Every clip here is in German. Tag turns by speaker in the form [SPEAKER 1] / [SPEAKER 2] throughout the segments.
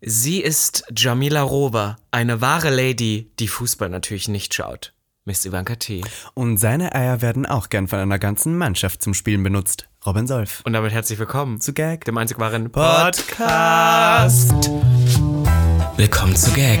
[SPEAKER 1] Sie ist Jamila Rober, eine wahre Lady, die Fußball natürlich nicht schaut. Miss Ivanka T.
[SPEAKER 2] Und seine Eier werden auch gern von einer ganzen Mannschaft zum Spielen benutzt. Robin Solf.
[SPEAKER 1] Und damit herzlich willkommen
[SPEAKER 2] Zu Gag.
[SPEAKER 1] dem einzig wahren Podcast. Willkommen zu Gag.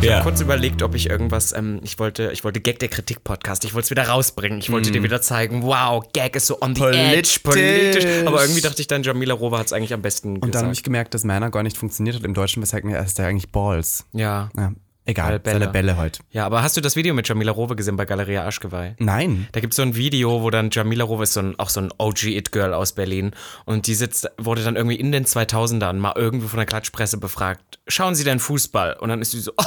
[SPEAKER 2] Ja.
[SPEAKER 1] kurz überlegt, ob ich irgendwas, ähm, ich wollte, ich wollte Gag der Kritik Podcast, ich wollte es wieder rausbringen, ich wollte dir wieder zeigen, wow, Gag ist so on the edge,
[SPEAKER 2] Mhm. Politisch.
[SPEAKER 1] politisch, aber irgendwie dachte ich dann, Jamila Rover hat es eigentlich am besten
[SPEAKER 2] Und dann habe
[SPEAKER 1] gesagt.
[SPEAKER 2] ich gemerkt, dass Männer gar nicht funktioniert hat im Deutschen, weshalb mir erst eigentlich Balls.
[SPEAKER 1] ja.
[SPEAKER 2] Ja.
[SPEAKER 1] Bälle.
[SPEAKER 2] Egal, Bälle. seine Bälle halt. heute.
[SPEAKER 1] ja, aber hast du das Video mit Jamila Rowe gesehen bei Galeria Aschgeweih?
[SPEAKER 2] Nein.
[SPEAKER 1] Da gibt es so ein Video, wo dann Jamila Rowe ist so ein, auch so ein OG-It-Girl aus Berlin und die sitzt, wurde dann irgendwie in den 2000ern mal irgendwie von der Klatschpresse befragt, schauen Sie denn Fußball? Und dann ist sie so, oh,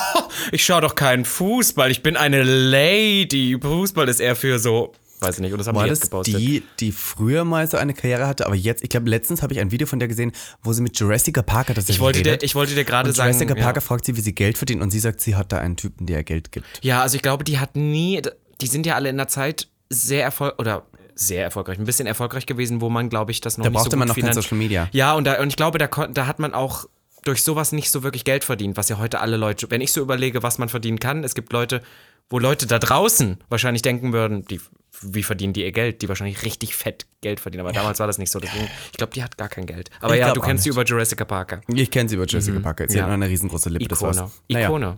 [SPEAKER 1] ich schaue doch keinen Fußball, ich bin eine Lady. Fußball ist eher für so, weiß ich nicht, und das haben
[SPEAKER 2] War
[SPEAKER 1] wir
[SPEAKER 2] das
[SPEAKER 1] jetzt gepostet.
[SPEAKER 2] die, die früher mal so eine Karriere hatte, aber jetzt, ich glaube, letztens habe ich ein Video von der gesehen, wo sie mit Jurassic Parker das
[SPEAKER 1] ich, wollte dir, ich wollte dir gerade
[SPEAKER 2] und
[SPEAKER 1] sagen,
[SPEAKER 2] Jurassic
[SPEAKER 1] ja.
[SPEAKER 2] Parker fragt sie, wie sie Geld verdient und sie sagt, sie hat da einen Typen, der ihr Geld gibt.
[SPEAKER 1] ja, also ich glaube, die hat nie, die sind ja alle in der Zeit sehr erfolgreich, oder sehr erfolgreich, ein bisschen erfolgreich gewesen, wo man, glaube ich, das noch
[SPEAKER 2] Da
[SPEAKER 1] nicht so
[SPEAKER 2] brauchte
[SPEAKER 1] gut
[SPEAKER 2] man noch kein
[SPEAKER 1] finan-
[SPEAKER 2] Social Media.
[SPEAKER 1] Ja, und, da, und ich glaube, da, kon- da hat man auch durch sowas nicht so wirklich Geld verdient, was ja heute alle Leute, wenn ich so überlege, was man verdienen kann, es gibt Leute, wo Leute da draußen wahrscheinlich denken würden, die, wie verdienen die ihr Geld, die wahrscheinlich richtig fett Geld verdienen, aber damals war das nicht so. Deswegen, ich glaube, die hat gar kein Geld. Aber
[SPEAKER 2] Ich
[SPEAKER 1] ja,
[SPEAKER 2] glaub
[SPEAKER 1] du
[SPEAKER 2] auch
[SPEAKER 1] kennst sie
[SPEAKER 2] nicht.
[SPEAKER 1] über Jurassic Parker.
[SPEAKER 2] Ich kenne sie über Jessica Parker. Sie
[SPEAKER 1] Ja.
[SPEAKER 2] hat eine riesengroße Lippe. Das
[SPEAKER 1] Ikone.
[SPEAKER 2] war's. Naja,
[SPEAKER 1] Ikone.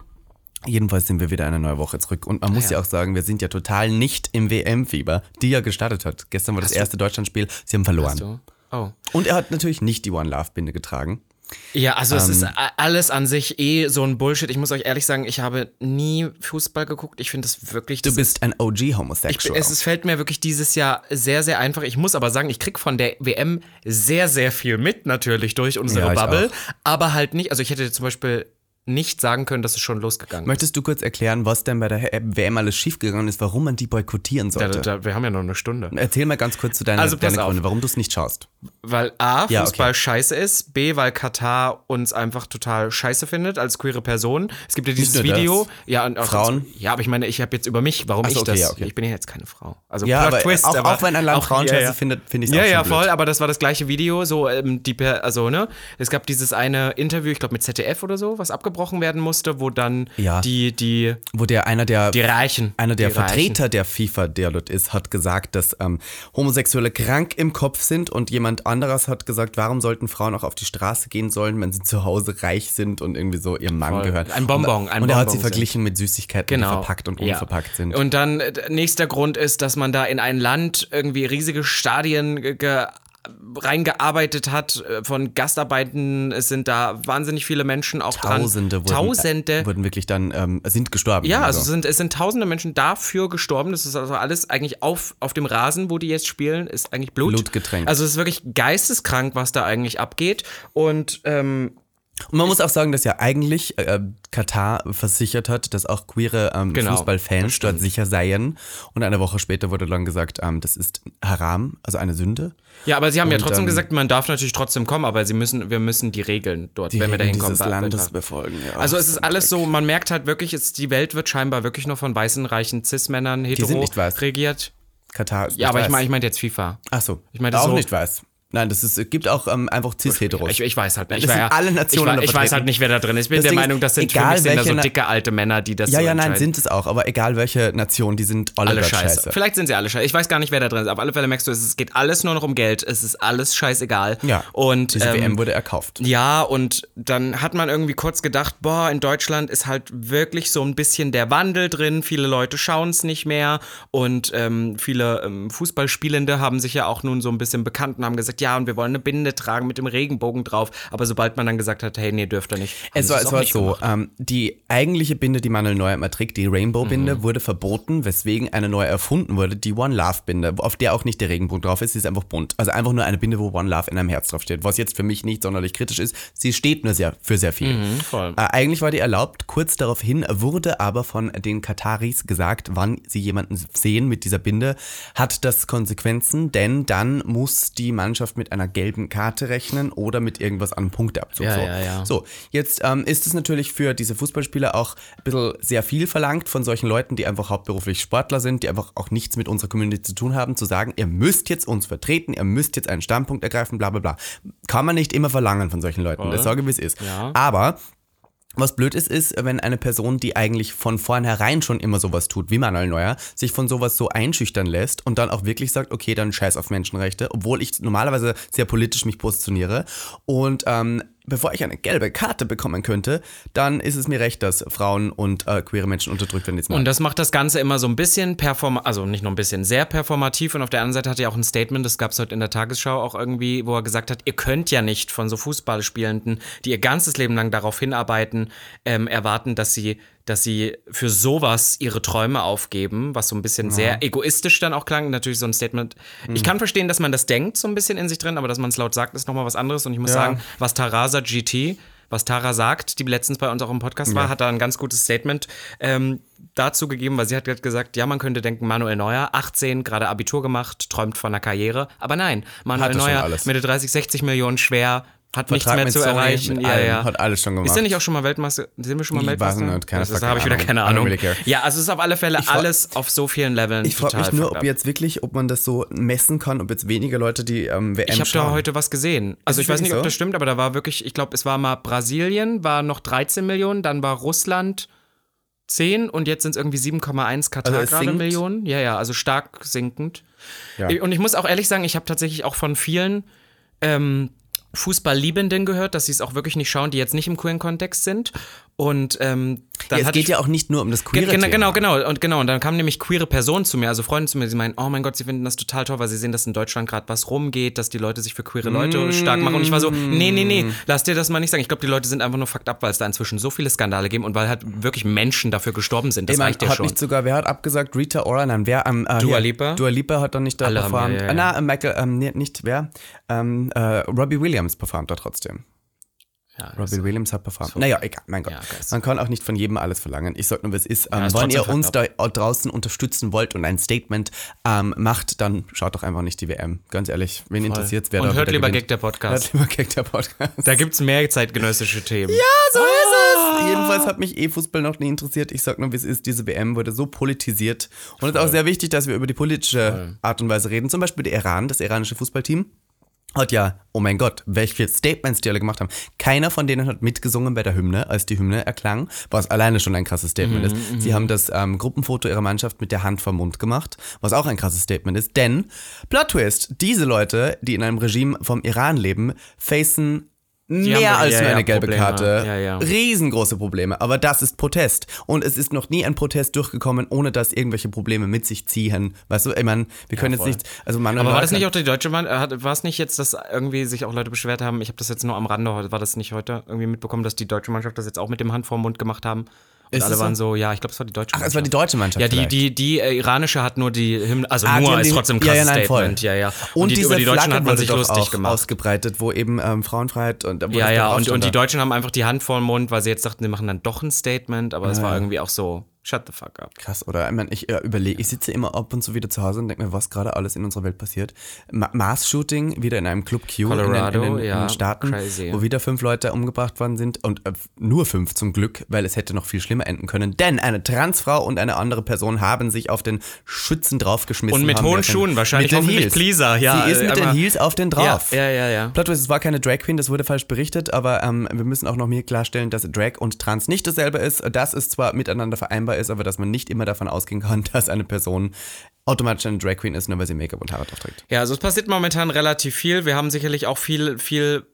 [SPEAKER 2] jedenfalls sind wir wieder eine neue Woche zurück. Und man muss Ah ja. auch sagen, wir sind ja total nicht im WM-Fieber, die ja gestartet hat. Gestern war das erste Deutschlandspiel. Sie haben verloren.
[SPEAKER 1] So. Oh.
[SPEAKER 2] Und er hat natürlich nicht die One Love-Binde getragen.
[SPEAKER 1] Ja, also es
[SPEAKER 2] Ähm.
[SPEAKER 1] ist a- alles an sich eh so ein Bullshit. Ich muss euch ehrlich sagen, ich habe nie Fußball geguckt. Ich finde das wirklich.
[SPEAKER 2] Du
[SPEAKER 1] das
[SPEAKER 2] bist ein OG-Homosexual.
[SPEAKER 1] Es, es fällt mir wirklich dieses Jahr sehr, sehr einfach. Ich muss aber sagen, ich krieg von der WM sehr, sehr viel mit, natürlich durch unsere
[SPEAKER 2] Ja, ich
[SPEAKER 1] Bubble. Aber halt nicht, also ich hätte zum Beispiel nicht sagen können, dass es schon losgegangen ist.
[SPEAKER 2] Möchtest du kurz erklären, was denn bei der WM alles schiefgegangen ist, warum man die boykottieren
[SPEAKER 1] Da,
[SPEAKER 2] sollte?
[SPEAKER 1] da, da, wir haben ja noch eine Stunde.
[SPEAKER 2] Erzähl mal ganz kurz zu deiner,
[SPEAKER 1] Also, pass
[SPEAKER 2] deine
[SPEAKER 1] auf.
[SPEAKER 2] Gründe, warum du es nicht schaust.
[SPEAKER 1] Weil A,
[SPEAKER 2] Ja,
[SPEAKER 1] Fußball
[SPEAKER 2] okay.
[SPEAKER 1] scheiße ist, B, weil Katar uns einfach total scheiße findet als queere Person. Es gibt ja dieses
[SPEAKER 2] Nicht nur
[SPEAKER 1] Video.
[SPEAKER 2] das.
[SPEAKER 1] Ja, und auch
[SPEAKER 2] Frauen.
[SPEAKER 1] ja, aber ich meine, ich habe jetzt über mich, warum
[SPEAKER 2] Ach so,
[SPEAKER 1] ich
[SPEAKER 2] okay,
[SPEAKER 1] das.
[SPEAKER 2] ja, okay.
[SPEAKER 1] Ich bin ja jetzt keine Frau. Also
[SPEAKER 2] Ja,
[SPEAKER 1] Plot
[SPEAKER 2] aber
[SPEAKER 1] Twist,
[SPEAKER 2] auch-
[SPEAKER 1] aber
[SPEAKER 2] auch wenn ein Land Frauen scheiße findet, finde ich's
[SPEAKER 1] Ja,
[SPEAKER 2] auch
[SPEAKER 1] ja,
[SPEAKER 2] schon blöd.
[SPEAKER 1] voll, aber das war das gleiche Video, so ähm, die per- also, ne? Es gab dieses eine Interview, ich glaube mit ZDF oder so, was abgebrochen werden musste, wo dann
[SPEAKER 2] Ja.
[SPEAKER 1] die die
[SPEAKER 2] Wo der einer der,
[SPEAKER 1] die Reichen,
[SPEAKER 2] einer der
[SPEAKER 1] die Reichen.
[SPEAKER 2] Vertreter der FIFA, der dort ist, hat gesagt, dass ähm, Homosexuelle krank im Kopf sind und jemand anderes hat gesagt, warum sollten Frauen auch auf die Straße gehen sollen, wenn sie zu Hause reich sind und irgendwie so ihrem Mann
[SPEAKER 1] Voll.
[SPEAKER 2] gehören.
[SPEAKER 1] Ein Bonbon,
[SPEAKER 2] Und, äh,
[SPEAKER 1] ein
[SPEAKER 2] und er hat sie
[SPEAKER 1] Bonbon sind. Genau.
[SPEAKER 2] verglichen mit Süßigkeiten, die verpackt und
[SPEAKER 1] Ja.
[SPEAKER 2] unverpackt sind.
[SPEAKER 1] Und dann äh, nächster Grund ist, dass man da in ein Land irgendwie riesige Stadien ge- ge reingearbeitet hat äh, von Gastarbeiten. Es sind da wahnsinnig viele Menschen auch
[SPEAKER 2] Tausende,
[SPEAKER 1] dran.
[SPEAKER 2] wurden,
[SPEAKER 1] Tausende.
[SPEAKER 2] Äh, wurden wirklich dann, ähm, sind gestorben.
[SPEAKER 1] ja, also
[SPEAKER 2] Also.
[SPEAKER 1] es sind, es sind tausende Menschen dafür gestorben. Das ist also alles eigentlich auf, auf dem Rasen, wo die jetzt spielen, ist eigentlich Blut.
[SPEAKER 2] Blut getränkt.
[SPEAKER 1] Also es ist wirklich geisteskrank, was da eigentlich abgeht. Und ähm,
[SPEAKER 2] Und man muss auch sagen, dass ja eigentlich äh, Katar versichert hat, dass auch queere ähm,
[SPEAKER 1] Genau,
[SPEAKER 2] Fußballfans dort sicher seien. Und eine Woche später wurde dann gesagt, ähm, das ist Haram, also eine Sünde.
[SPEAKER 1] Ja, aber sie haben ja
[SPEAKER 2] Und,
[SPEAKER 1] trotzdem
[SPEAKER 2] ähm,
[SPEAKER 1] gesagt, man darf natürlich trotzdem kommen, aber sie müssen, wir müssen die Regeln dort,
[SPEAKER 2] Die
[SPEAKER 1] wenn wir da
[SPEAKER 2] Regeln
[SPEAKER 1] hinkommen.
[SPEAKER 2] dieses
[SPEAKER 1] be-
[SPEAKER 2] Landes
[SPEAKER 1] be-
[SPEAKER 2] befolgen. Ja.
[SPEAKER 1] Also es ist alles so, man merkt halt wirklich, es, die Welt wird scheinbar wirklich noch von weißen, reichen Cis-Männern hetero
[SPEAKER 2] sind nicht weiß.
[SPEAKER 1] regiert.
[SPEAKER 2] Katar ist
[SPEAKER 1] Ja,
[SPEAKER 2] nicht
[SPEAKER 1] aber
[SPEAKER 2] weiß. Ah,
[SPEAKER 1] ich meine ich mein jetzt FIFA.
[SPEAKER 2] Ach so, ich
[SPEAKER 1] meine,
[SPEAKER 2] meine
[SPEAKER 1] das
[SPEAKER 2] auch
[SPEAKER 1] so-
[SPEAKER 2] nicht weiß. Nein, das ist, es gibt auch ähm, einfach cis-heteros.
[SPEAKER 1] Ich, ich weiß halt nicht. Ich
[SPEAKER 2] Das
[SPEAKER 1] war
[SPEAKER 2] sind alle Nationen
[SPEAKER 1] Ich, war, ich weiß
[SPEAKER 2] vertreten.
[SPEAKER 1] halt nicht, wer da drin ist. Ich bin
[SPEAKER 2] Das
[SPEAKER 1] der
[SPEAKER 2] Ding ist,
[SPEAKER 1] Meinung, das sind für
[SPEAKER 2] egal
[SPEAKER 1] mich sind da so
[SPEAKER 2] welche Na-
[SPEAKER 1] dicke alte Männer, die das
[SPEAKER 2] ja,
[SPEAKER 1] so
[SPEAKER 2] ja, nein,
[SPEAKER 1] entscheiden.
[SPEAKER 2] sind es auch. Aber egal welche Nation, die sind alle,
[SPEAKER 1] alle
[SPEAKER 2] dort
[SPEAKER 1] scheiße.
[SPEAKER 2] scheiße.
[SPEAKER 1] Vielleicht sind sie alle scheiße. Ich weiß gar nicht, wer da drin ist. Auf alle Fälle merkst du, es ist- geht alles nur noch um Geld. Es ist alles scheißegal.
[SPEAKER 2] Ja,
[SPEAKER 1] Und
[SPEAKER 2] diese
[SPEAKER 1] ähm,
[SPEAKER 2] WM wurde erkauft.
[SPEAKER 1] Ja, und dann hat man irgendwie kurz gedacht, boah, in Deutschland ist halt wirklich so ein bisschen der Wandel drin. Viele Leute schauen es nicht mehr und ähm, viele ähm, Fußballspielende haben sich ja auch nun so ein bisschen bekannt und haben gesagt, ja, und wir wollen eine Binde tragen mit dem Regenbogen drauf. Aber sobald man dann gesagt hat, hey, nee, dürft ihr nicht.
[SPEAKER 2] Es war,
[SPEAKER 1] haben
[SPEAKER 2] es
[SPEAKER 1] sie auch
[SPEAKER 2] war
[SPEAKER 1] nicht
[SPEAKER 2] so,
[SPEAKER 1] gemacht.
[SPEAKER 2] ähm, die eigentliche Binde, die Manuel Neuer immer trägt, die Rainbow-Binde,
[SPEAKER 1] Mhm.
[SPEAKER 2] wurde verboten, weswegen eine neue erfunden wurde, die One Love-Binde, auf der auch nicht der Regenbogen drauf ist, sie ist einfach bunt. Also einfach nur eine Binde, wo One Love in einem Herz drauf steht, was jetzt für mich nicht sonderlich kritisch ist. Sie steht nur sehr, für sehr viel.
[SPEAKER 1] voll.
[SPEAKER 2] Äh, eigentlich war die erlaubt, kurz daraufhin wurde aber von den Kataris gesagt, wann sie jemanden sehen mit dieser Binde, hat das Konsequenzen, denn dann muss die Mannschaft mit einer gelben Karte rechnen oder mit irgendwas an Punkteabzug.
[SPEAKER 1] Ja,
[SPEAKER 2] so.
[SPEAKER 1] ja, ja.
[SPEAKER 2] So, jetzt ähm, ist es natürlich für diese Fußballspieler auch ein bisschen sehr viel verlangt von solchen Leuten, die einfach hauptberuflich Sportler sind, die einfach auch nichts mit unserer Community zu tun haben, zu sagen, ihr müsst jetzt uns vertreten, ihr müsst jetzt einen Standpunkt ergreifen, bla bla bla. Kann man nicht immer verlangen von solchen Leuten, das sage ich, wie es ist.
[SPEAKER 1] Ja.
[SPEAKER 2] Aber was blöd ist, ist, wenn eine Person, die eigentlich von vornherein schon immer sowas tut, wie Manuel Neuer, sich von sowas so einschüchtern lässt und dann auch wirklich sagt, okay, dann scheiß auf Menschenrechte, obwohl ich normalerweise sehr politisch mich positioniere. Und ähm, bevor ich eine gelbe Karte bekommen könnte, dann ist es mir recht, dass Frauen und äh, queere Menschen unterdrückt werden. Jetzt mal.
[SPEAKER 1] Und das macht das Ganze immer so ein bisschen perform, also nicht nur ein bisschen, sehr performativ. Und auf der anderen Seite hat er auch ein Statement, das gab es heute in der Tagesschau auch irgendwie, wo er gesagt hat, ihr könnt ja nicht von so Fußballspielenden, die ihr ganzes Leben lang darauf hinarbeiten, ähm, erwarten, dass sie, dass sie für sowas ihre Träume aufgeben, was so ein bisschen sehr egoistisch dann auch klang. Natürlich so ein Statement. Ich kann verstehen, dass man das denkt, so ein bisschen in sich drin, aber dass man es laut sagt, ist nochmal was anderes. Und ich muss sagen, was Tarasa GT was Tara sagt, die letztens bei uns auch im Podcast war, hat da ein ganz gutes Statement ähm, dazu gegeben, weil sie hat gerade gesagt, ja, man könnte denken, Manuel Neuer, 18, gerade Abitur gemacht, träumt von einer Karriere. Aber nein, Manuel
[SPEAKER 2] Hat er schon
[SPEAKER 1] Neuer,
[SPEAKER 2] alles.
[SPEAKER 1] Mitte 30, 60 Millionen schwer, hat
[SPEAKER 2] Vertrag
[SPEAKER 1] nichts mehr
[SPEAKER 2] mit
[SPEAKER 1] zu
[SPEAKER 2] Sony,
[SPEAKER 1] erreichen.
[SPEAKER 2] mit
[SPEAKER 1] Ja,
[SPEAKER 2] allem,
[SPEAKER 1] ja.
[SPEAKER 2] Hat alles schon gemacht.
[SPEAKER 1] Ist der nicht auch schon mal Weltmeister? Sind wir schon mal
[SPEAKER 2] Ich weiß
[SPEAKER 1] Weltmeister?
[SPEAKER 2] nicht, keine
[SPEAKER 1] das, da
[SPEAKER 2] fucking
[SPEAKER 1] habe ich wieder
[SPEAKER 2] Ahnung.
[SPEAKER 1] keine
[SPEAKER 2] I don't
[SPEAKER 1] Ahnung.
[SPEAKER 2] really care.
[SPEAKER 1] ja, also es ist auf alle Fälle
[SPEAKER 2] frag-
[SPEAKER 1] alles auf so vielen Leveln.
[SPEAKER 2] ich frage mich
[SPEAKER 1] total
[SPEAKER 2] nur,
[SPEAKER 1] fucked
[SPEAKER 2] ob
[SPEAKER 1] up.
[SPEAKER 2] jetzt wirklich, ob man das so messen kann, ob jetzt weniger Leute die ähm, WM
[SPEAKER 1] Ich habe da
[SPEAKER 2] schauen.
[SPEAKER 1] heute was gesehen. Also
[SPEAKER 2] Ist
[SPEAKER 1] ich
[SPEAKER 2] es
[SPEAKER 1] weiß nicht,
[SPEAKER 2] wirklich
[SPEAKER 1] ob
[SPEAKER 2] so?
[SPEAKER 1] das stimmt, aber da war wirklich, ich glaube, es war mal Brasilien, war noch 13 Millionen, dann war Russland 10 und jetzt sind es irgendwie 7,1 Katar
[SPEAKER 2] Also es
[SPEAKER 1] gerade
[SPEAKER 2] sinkt?
[SPEAKER 1] Millionen. Ja, ja, also stark sinkend.
[SPEAKER 2] Ja.
[SPEAKER 1] Und ich muss auch ehrlich sagen, ich habe tatsächlich auch von vielen ähm, Fußballliebenden gehört, dass sie es auch wirklich nicht schauen, die jetzt nicht im queeren Kontext sind. Und ähm, dann
[SPEAKER 2] ja, es
[SPEAKER 1] hatte ich
[SPEAKER 2] geht ja auch nicht nur um das queere
[SPEAKER 1] Genau,
[SPEAKER 2] Thema.
[SPEAKER 1] genau, genau. Und genau, und dann kamen nämlich queere Personen zu mir, also Freunde zu mir, die meinen, oh mein Gott, sie finden das total toll, weil sie sehen, dass in Deutschland gerade was rumgeht, dass die Leute sich für queere Leute
[SPEAKER 2] Mm.
[SPEAKER 1] stark machen. Und ich war so, nee, nee, nee, lass dir das mal nicht sagen. Ich glaube, die Leute sind einfach nur fucked up, weil es da inzwischen so viele Skandale gibt und weil halt wirklich Menschen dafür gestorben sind. Das
[SPEAKER 2] Ey, man,
[SPEAKER 1] reicht ja
[SPEAKER 2] hat
[SPEAKER 1] schon.
[SPEAKER 2] nicht sogar, wer hat abgesagt? Rita Ora, nein, wer? Ähm, äh,
[SPEAKER 1] Dua
[SPEAKER 2] hier,
[SPEAKER 1] Lipa?
[SPEAKER 2] Dua Lipa hat dann nicht da
[SPEAKER 1] Alle haben-
[SPEAKER 2] performt.
[SPEAKER 1] ja, ja,
[SPEAKER 2] Ah,
[SPEAKER 1] ja.
[SPEAKER 2] Na, äh, Michael, ähm, nee, nicht wer? Ähm, äh, Robbie Williams performt da trotzdem.
[SPEAKER 1] Ja,
[SPEAKER 2] Robbie Williams hat performt. Naja, egal, mein Gott.
[SPEAKER 1] Ja, okay, so.
[SPEAKER 2] Man kann auch nicht von jedem alles verlangen. Ich sag nur, was ist. Ähm,
[SPEAKER 1] ist
[SPEAKER 2] wenn ihr
[SPEAKER 1] trotzdem
[SPEAKER 2] uns da äh, draußen unterstützen wollt und ein Statement ähm, macht, dann schaut doch einfach nicht die WM. Ganz ehrlich, wen interessiert's, wer
[SPEAKER 1] und
[SPEAKER 2] da
[SPEAKER 1] hört
[SPEAKER 2] wer
[SPEAKER 1] lieber
[SPEAKER 2] gewinnt.
[SPEAKER 1] Gag der Podcast.
[SPEAKER 2] Hört lieber Gag der Podcast.
[SPEAKER 1] Da gibt es mehr zeitgenössische Themen.
[SPEAKER 2] So ist es. Jedenfalls hat mich E-Fußball noch nie interessiert. Ich sag nur, wie es ist. Diese WM wurde so politisiert. Und es ist auch sehr wichtig, dass wir über die politische Art und Weise reden. Zum Beispiel der Iran, das iranische Fußballteam. Hat ja, oh mein Gott, welche Statements die alle gemacht haben. Keiner von denen hat mitgesungen bei der Hymne, als die Hymne erklang, was alleine schon ein krasses Statement
[SPEAKER 1] Mhm,
[SPEAKER 2] ist. Sie haben das ähm, Gruppenfoto ihrer Mannschaft mit der Hand vom Mund gemacht, was auch ein krasses Statement ist. Denn, Plot Twist, diese Leute, die in einem Regime vom Iran leben, facen
[SPEAKER 1] haben
[SPEAKER 2] mehr
[SPEAKER 1] doch-
[SPEAKER 2] als
[SPEAKER 1] ja,
[SPEAKER 2] nur
[SPEAKER 1] ja,
[SPEAKER 2] eine gelbe
[SPEAKER 1] Probleme.
[SPEAKER 2] Karte.
[SPEAKER 1] Ja, ja.
[SPEAKER 2] Riesengroße Probleme. Aber das ist Protest. Und es ist noch nie ein Protest durchgekommen, ohne dass irgendwelche Probleme mit sich ziehen. Weißt du, ich meine, wir können jetzt
[SPEAKER 1] voll.
[SPEAKER 2] nicht. Also Manuel
[SPEAKER 1] Aber war
[SPEAKER 2] Neuer
[SPEAKER 1] das
[SPEAKER 2] kann-
[SPEAKER 1] nicht auch die deutsche Mann? äh, hat- War es nicht jetzt, dass irgendwie sich auch Leute beschwert haben? Ich habe das jetzt nur am Rande heute, war das nicht heute irgendwie mitbekommen, dass die deutsche Mannschaft das jetzt auch mit dem Hand vorm Mund gemacht haben? Und
[SPEAKER 2] Ist
[SPEAKER 1] alle
[SPEAKER 2] es
[SPEAKER 1] waren so, ja, ich glaube, es war die deutsche
[SPEAKER 2] Ach, es war die deutsche Mannschaft.
[SPEAKER 1] ja, die,
[SPEAKER 2] vielleicht.
[SPEAKER 1] die, die äh, iranische hat nur die Hymne, also
[SPEAKER 2] Ah, die
[SPEAKER 1] nur
[SPEAKER 2] haben
[SPEAKER 1] ist
[SPEAKER 2] die-
[SPEAKER 1] trotzdem ein krasses
[SPEAKER 2] ja, ja, nein, voll.
[SPEAKER 1] Statement. Ja, ja.
[SPEAKER 2] Und,
[SPEAKER 1] die,
[SPEAKER 2] diese
[SPEAKER 1] über die
[SPEAKER 2] Flagge
[SPEAKER 1] Deutschen hat man
[SPEAKER 2] wurde
[SPEAKER 1] sich
[SPEAKER 2] doch
[SPEAKER 1] lustig
[SPEAKER 2] auch
[SPEAKER 1] gemacht.
[SPEAKER 2] ausgebreitet, wo eben ähm, Frauenfreiheit und da wurde
[SPEAKER 1] Ja,
[SPEAKER 2] doch
[SPEAKER 1] ja,
[SPEAKER 2] auch
[SPEAKER 1] und,
[SPEAKER 2] schon
[SPEAKER 1] und
[SPEAKER 2] da-
[SPEAKER 1] die Deutschen haben einfach die Hand vorm Mund, weil sie jetzt dachten, die machen dann doch ein Statement, aber es war irgendwie auch so, shut the fuck up.
[SPEAKER 2] Krass, oder? Ich meine, ich äh, überlege, ich sitze immer ab und zu wieder zu Hause und denke mir, was gerade alles in unserer Welt passiert. Ma Mars-Shooting, wieder in einem Club Q
[SPEAKER 1] Colorado,
[SPEAKER 2] in, den, in, den, in
[SPEAKER 1] ja,
[SPEAKER 2] den Staaten,
[SPEAKER 1] crazy.
[SPEAKER 2] wo wieder fünf Leute umgebracht worden sind und äh, nur fünf zum Glück, weil es hätte noch viel schlimmer enden können. Denn eine Transfrau und eine andere Person haben sich auf den Schützen draufgeschmissen.
[SPEAKER 1] Und mit
[SPEAKER 2] haben
[SPEAKER 1] hohen
[SPEAKER 2] wir-
[SPEAKER 1] Schuhen, wahrscheinlich
[SPEAKER 2] mit den
[SPEAKER 1] hoffentlich
[SPEAKER 2] Heels.
[SPEAKER 1] Pleaser, ja,
[SPEAKER 2] Sie ist
[SPEAKER 1] äh,
[SPEAKER 2] mit den
[SPEAKER 1] aber-
[SPEAKER 2] Heels auf den drauf.
[SPEAKER 1] Ja, ja, ja, ja.
[SPEAKER 2] Plot Twist, es war keine Drag Queen, das wurde falsch berichtet, aber ähm, wir müssen auch noch mir klarstellen, dass Drag und Trans nicht dasselbe ist, dass es zwar miteinander vereinbar ist, aber dass man nicht immer davon ausgehen kann, dass eine Person automatisch eine Drag Queen ist, nur weil sie Make-up und Haare drauf trägt.
[SPEAKER 1] Ja, also es passiert momentan relativ viel. Wir haben sicherlich auch viel, viel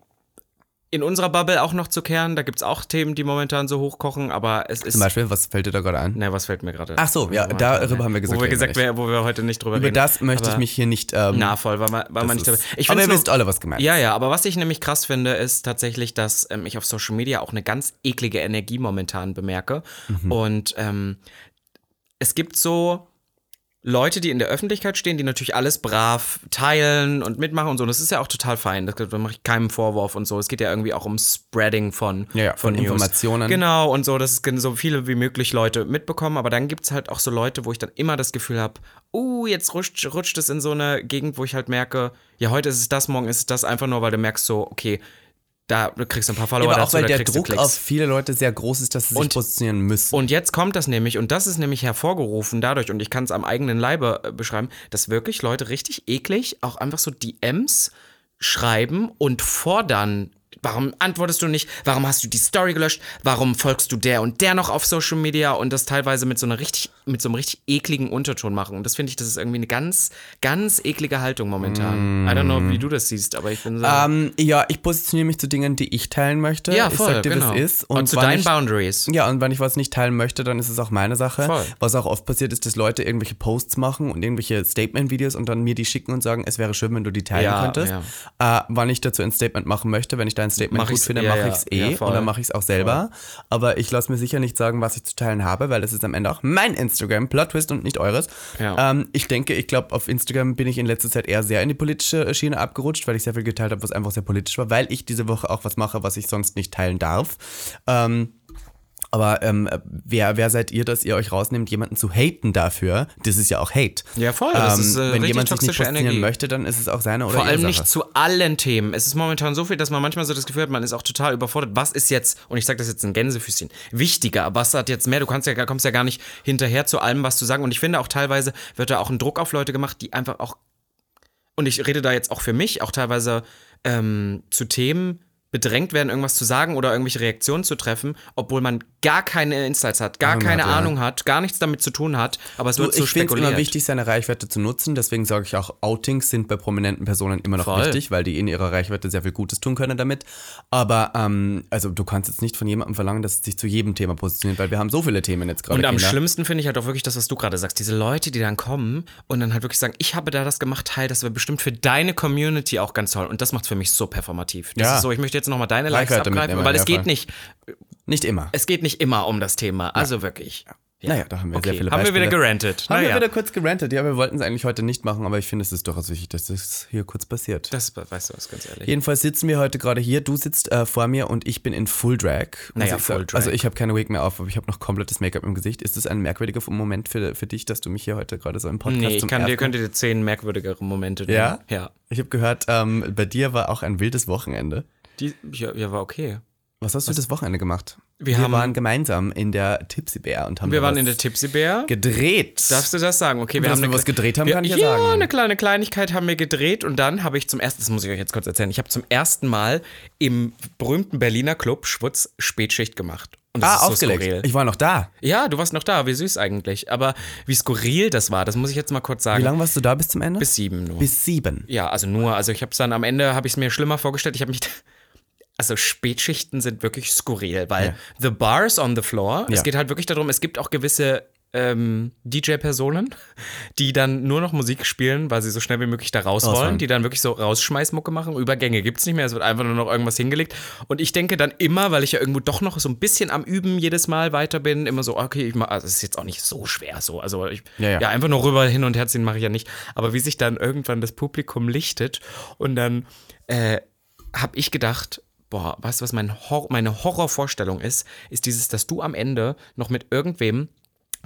[SPEAKER 1] in unserer Bubble auch noch zu kehren. Da gibt es auch Themen, die momentan so hochkochen, aber es ist.
[SPEAKER 2] Zum Beispiel, was fällt dir da gerade ein?
[SPEAKER 1] Ne, was fällt mir gerade?
[SPEAKER 2] Ach so, ja, darüber haben wir
[SPEAKER 1] ne?
[SPEAKER 2] gesagt.
[SPEAKER 1] wo wir
[SPEAKER 2] reden
[SPEAKER 1] gesagt,
[SPEAKER 2] nicht.
[SPEAKER 1] wär, wo wir heute nicht drüber
[SPEAKER 2] Über
[SPEAKER 1] reden.
[SPEAKER 2] das möchte
[SPEAKER 1] aber
[SPEAKER 2] ich mich hier nicht. Ähm,
[SPEAKER 1] Na, voll, weil man, weil man nicht dabei.
[SPEAKER 2] das ist-
[SPEAKER 1] Ich
[SPEAKER 2] aber
[SPEAKER 1] find's
[SPEAKER 2] ihr
[SPEAKER 1] nur-
[SPEAKER 2] wisst alle, was gemeint
[SPEAKER 1] Ja, ja, aber was ich nämlich krass finde, ist tatsächlich, dass ähm, ich auf Social Media auch eine ganz eklige Energie momentan bemerke.
[SPEAKER 2] Mhm.
[SPEAKER 1] Und ähm, es gibt so Leute, die in der Öffentlichkeit stehen, die natürlich alles brav teilen und mitmachen und so. Und das ist ja auch total fein. Das, da mache ich keinen Vorwurf und so. Es geht ja irgendwie auch um Spreading von,
[SPEAKER 2] Ja, ja, von
[SPEAKER 1] News.
[SPEAKER 2] Informationen.
[SPEAKER 1] Genau, und so, dass es gen- so viele wie möglich Leute mitbekommen. Aber dann gibt es halt auch so Leute, wo ich dann immer das Gefühl habe, uh, jetzt rutscht, rutscht es in so eine Gegend, wo ich halt merke, ja, heute ist es das, morgen ist es das, einfach nur, weil du merkst so, okay, da du kriegst du ein paar Follower
[SPEAKER 2] Aber auch
[SPEAKER 1] dazu,
[SPEAKER 2] weil
[SPEAKER 1] da
[SPEAKER 2] der
[SPEAKER 1] kriegst
[SPEAKER 2] Druck
[SPEAKER 1] du Klicks.
[SPEAKER 2] auf viele Leute sehr groß ist, dass sie sich
[SPEAKER 1] Und-
[SPEAKER 2] positionieren müssen.
[SPEAKER 1] Und jetzt kommt das nämlich, und das ist nämlich hervorgerufen dadurch, und ich kann es am eigenen Leibe äh, beschreiben, dass wirklich Leute richtig eklig auch einfach so DMs schreiben und fordern. Warum antwortest du nicht? Warum hast du die Story gelöscht? Warum folgst du der und der noch auf Social Media und das teilweise mit so einer richtig, mit so einem richtig ekligen Unterton machen? Und das finde ich, das ist irgendwie eine ganz, ganz eklige Haltung momentan. I don't know, wie du das siehst, aber ich bin so.
[SPEAKER 2] Mm. Ähm, ja, ich positioniere mich zu Dingen, die ich teilen möchte.
[SPEAKER 1] äh, ja,
[SPEAKER 2] ich
[SPEAKER 1] voll,
[SPEAKER 2] sag dir,
[SPEAKER 1] genau.
[SPEAKER 2] was ist. Und,
[SPEAKER 1] zu
[SPEAKER 2] wann
[SPEAKER 1] deinen
[SPEAKER 2] ich,
[SPEAKER 1] Boundaries.
[SPEAKER 2] ja, und wenn ich was nicht teilen möchte, dann ist es auch meine Sache.
[SPEAKER 1] Voll.
[SPEAKER 2] Was auch oft passiert ist, dass Leute irgendwelche Posts machen und irgendwelche Statement-Videos und dann mir die schicken und sagen, es wäre schön, wenn du die teilen
[SPEAKER 1] Ja,
[SPEAKER 2] könntest. Äh, wann ich dazu ein Statement machen möchte, wenn ich dein Statement
[SPEAKER 1] Mach
[SPEAKER 2] gut
[SPEAKER 1] ich's-
[SPEAKER 2] finde,
[SPEAKER 1] ja,
[SPEAKER 2] mache
[SPEAKER 1] ja,
[SPEAKER 2] ich es eh
[SPEAKER 1] ja, voll.
[SPEAKER 2] und dann mache ich es auch selber. Aber ich lasse mir sicher nicht sagen, was ich zu teilen habe, weil es ist am Ende auch mein Instagram, Plot Twist und nicht eures.
[SPEAKER 1] Ja.
[SPEAKER 2] Ähm, ich denke, ich glaube, auf Instagram bin ich in letzter Zeit eher sehr in die politische äh, Schiene abgerutscht, weil ich sehr viel geteilt habe, was einfach sehr politisch war, weil ich diese Woche auch was mache, was ich sonst nicht teilen darf. Ähm, aber ähm, wer, wer seid ihr, dass ihr euch rausnehmt, jemanden zu haten dafür? Das ist ja auch Hate. Ähm,
[SPEAKER 1] Ja, voll, das ist, äh,
[SPEAKER 2] wenn
[SPEAKER 1] richtig
[SPEAKER 2] jemand sich nicht
[SPEAKER 1] toxische
[SPEAKER 2] positionieren
[SPEAKER 1] Energie.
[SPEAKER 2] möchte, dann ist es auch seine oder
[SPEAKER 1] Vor
[SPEAKER 2] ihre
[SPEAKER 1] allem
[SPEAKER 2] Sache.
[SPEAKER 1] nicht zu allen Themen. Es ist momentan so viel, dass man manchmal so das Gefühl hat, man ist auch total überfordert. Was ist jetzt, und ich sage das jetzt in Gänsefüßchen, wichtiger? Was hat jetzt mehr? Du kannst ja, gar- kommst ja gar nicht hinterher zu allem, was zu sagen. Und ich finde auch teilweise wird da auch ein Druck auf Leute gemacht, die einfach auch, und ich rede da jetzt auch für mich, auch teilweise ähm, zu Themen bedrängt werden, irgendwas zu sagen oder irgendwelche Reaktionen zu treffen, obwohl man gar keine Insights hat, gar
[SPEAKER 2] Ahnung
[SPEAKER 1] keine
[SPEAKER 2] hat, ja.
[SPEAKER 1] Ahnung hat, gar nichts damit zu tun hat, aber es
[SPEAKER 2] Du,
[SPEAKER 1] wird so
[SPEAKER 2] ich finde es
[SPEAKER 1] spekuliert.
[SPEAKER 2] immer wichtig, seine Reichweite zu nutzen. Deswegen sage ich auch, Outings sind bei prominenten Personen immer noch
[SPEAKER 1] Voll.
[SPEAKER 2] wichtig, weil die in ihrer Reichweite sehr viel Gutes tun können damit. Aber ähm, also du kannst jetzt nicht von jemandem verlangen, dass es sich zu jedem Thema positioniert, weil wir haben so viele Themen jetzt gerade.
[SPEAKER 1] Und am
[SPEAKER 2] Kinder.
[SPEAKER 1] schlimmsten finde ich halt auch wirklich das, was du gerade sagst. Diese Leute, die dann kommen und dann halt wirklich sagen, ich habe da das gemacht, Teil, das wäre bestimmt für deine Community auch ganz toll. Und das macht es für mich so performativ. Das
[SPEAKER 2] Ja.
[SPEAKER 1] ist so, ich möchte jetzt nochmal deine Likes
[SPEAKER 2] Reichweite
[SPEAKER 1] abgreifen,
[SPEAKER 2] mitnehmen,
[SPEAKER 1] weil
[SPEAKER 2] ja,
[SPEAKER 1] es geht
[SPEAKER 2] voll.
[SPEAKER 1] nicht,
[SPEAKER 2] Nicht immer.
[SPEAKER 1] es geht nicht immer um das Thema. Also wirklich. Ja.
[SPEAKER 2] Naja, da haben wir
[SPEAKER 1] okay.
[SPEAKER 2] sehr viele
[SPEAKER 1] Haben wir
[SPEAKER 2] Beispiele.
[SPEAKER 1] wieder gerantet.
[SPEAKER 2] Haben
[SPEAKER 1] naja.
[SPEAKER 2] wir wieder kurz gerantet. Ja, wir wollten es eigentlich heute nicht machen, aber ich finde, es ist durchaus wichtig, dass das hier kurz passiert.
[SPEAKER 1] das weißt du was, ganz ehrlich.
[SPEAKER 2] Jedenfalls sitzen wir heute gerade hier. Du sitzt äh, vor mir und ich bin in Full Drag. muss
[SPEAKER 1] Naja,
[SPEAKER 2] ich sagen.
[SPEAKER 1] Full Drag.
[SPEAKER 2] Also ich habe keine Wig mehr auf, aber ich habe noch komplettes Make-up im Gesicht. Ist das ein merkwürdiger Moment für, für dich, dass du mich hier heute gerade so im Podcast
[SPEAKER 1] Nee, ich
[SPEAKER 2] zum
[SPEAKER 1] kann dir,
[SPEAKER 2] ersten-
[SPEAKER 1] könnte dir zehn merkwürdigere Momente nennen.
[SPEAKER 2] Ja?
[SPEAKER 1] Ja.
[SPEAKER 2] Ich habe gehört, ähm, bei dir war auch ein wildes Wochenende.
[SPEAKER 1] Die, ja, ja, war okay.
[SPEAKER 2] Was hast du das Wochenende gemacht?
[SPEAKER 1] Wir haben-
[SPEAKER 2] waren gemeinsam in der Tipsy Bear und haben
[SPEAKER 1] Wir
[SPEAKER 2] da
[SPEAKER 1] waren
[SPEAKER 2] was
[SPEAKER 1] in der Tipsy Bear.
[SPEAKER 2] gedreht.
[SPEAKER 1] Darfst du das sagen? Okay, wir
[SPEAKER 2] Dass
[SPEAKER 1] haben
[SPEAKER 2] wir
[SPEAKER 1] eine
[SPEAKER 2] was
[SPEAKER 1] kle-
[SPEAKER 2] gedreht haben,
[SPEAKER 1] wir,
[SPEAKER 2] kann ich ja
[SPEAKER 1] ja
[SPEAKER 2] sagen.
[SPEAKER 1] eine kleine Kleinigkeit haben wir gedreht und dann habe ich zum ersten, das muss ich euch jetzt kurz erzählen, ich habe zum ersten Mal im berühmten Berliner Club Schwutz Spätschicht gemacht. Und das
[SPEAKER 2] ah,
[SPEAKER 1] ist so
[SPEAKER 2] aufgelegt.
[SPEAKER 1] skurril.
[SPEAKER 2] ich war noch da.
[SPEAKER 1] Ja, du warst noch da, wie süß eigentlich. Aber wie skurril das war, das muss ich jetzt mal kurz
[SPEAKER 2] Wie
[SPEAKER 1] sagen.
[SPEAKER 2] lange warst du da bis zum Ende?
[SPEAKER 1] Bis sieben nur.
[SPEAKER 2] Bis sieben.
[SPEAKER 1] Ja, also nur, also ich habe es dann am Ende habe ich es mir schlimmer vorgestellt. Ich habe mich also Spätschichten sind wirklich skurril, weil
[SPEAKER 2] Ja.
[SPEAKER 1] the bars on the floor.
[SPEAKER 2] Ja.
[SPEAKER 1] Es geht halt wirklich darum. Es gibt auch gewisse ähm, DJ-Personen, die dann nur noch Musik spielen, weil sie so schnell wie möglich da raus
[SPEAKER 2] wollen.
[SPEAKER 1] wollen, die dann wirklich so rausschmeißmucke machen. Übergänge gibt's nicht mehr, es wird einfach nur noch irgendwas hingelegt. Und ich denke dann immer, weil ich ja irgendwo doch noch so ein bisschen am Üben jedes Mal weiter bin, immer so, okay, ich mach, also es ist jetzt auch nicht so schwer so. Also ich,
[SPEAKER 2] Ja, ja.
[SPEAKER 1] ja, einfach nur rüber hin und her ziehen mache ich ja nicht. Aber wie sich dann irgendwann das Publikum lichtet und dann äh, habe ich gedacht, boah, weißt du, was mein Hor meine Horrorvorstellung ist, ist dieses, dass du am Ende noch mit irgendwem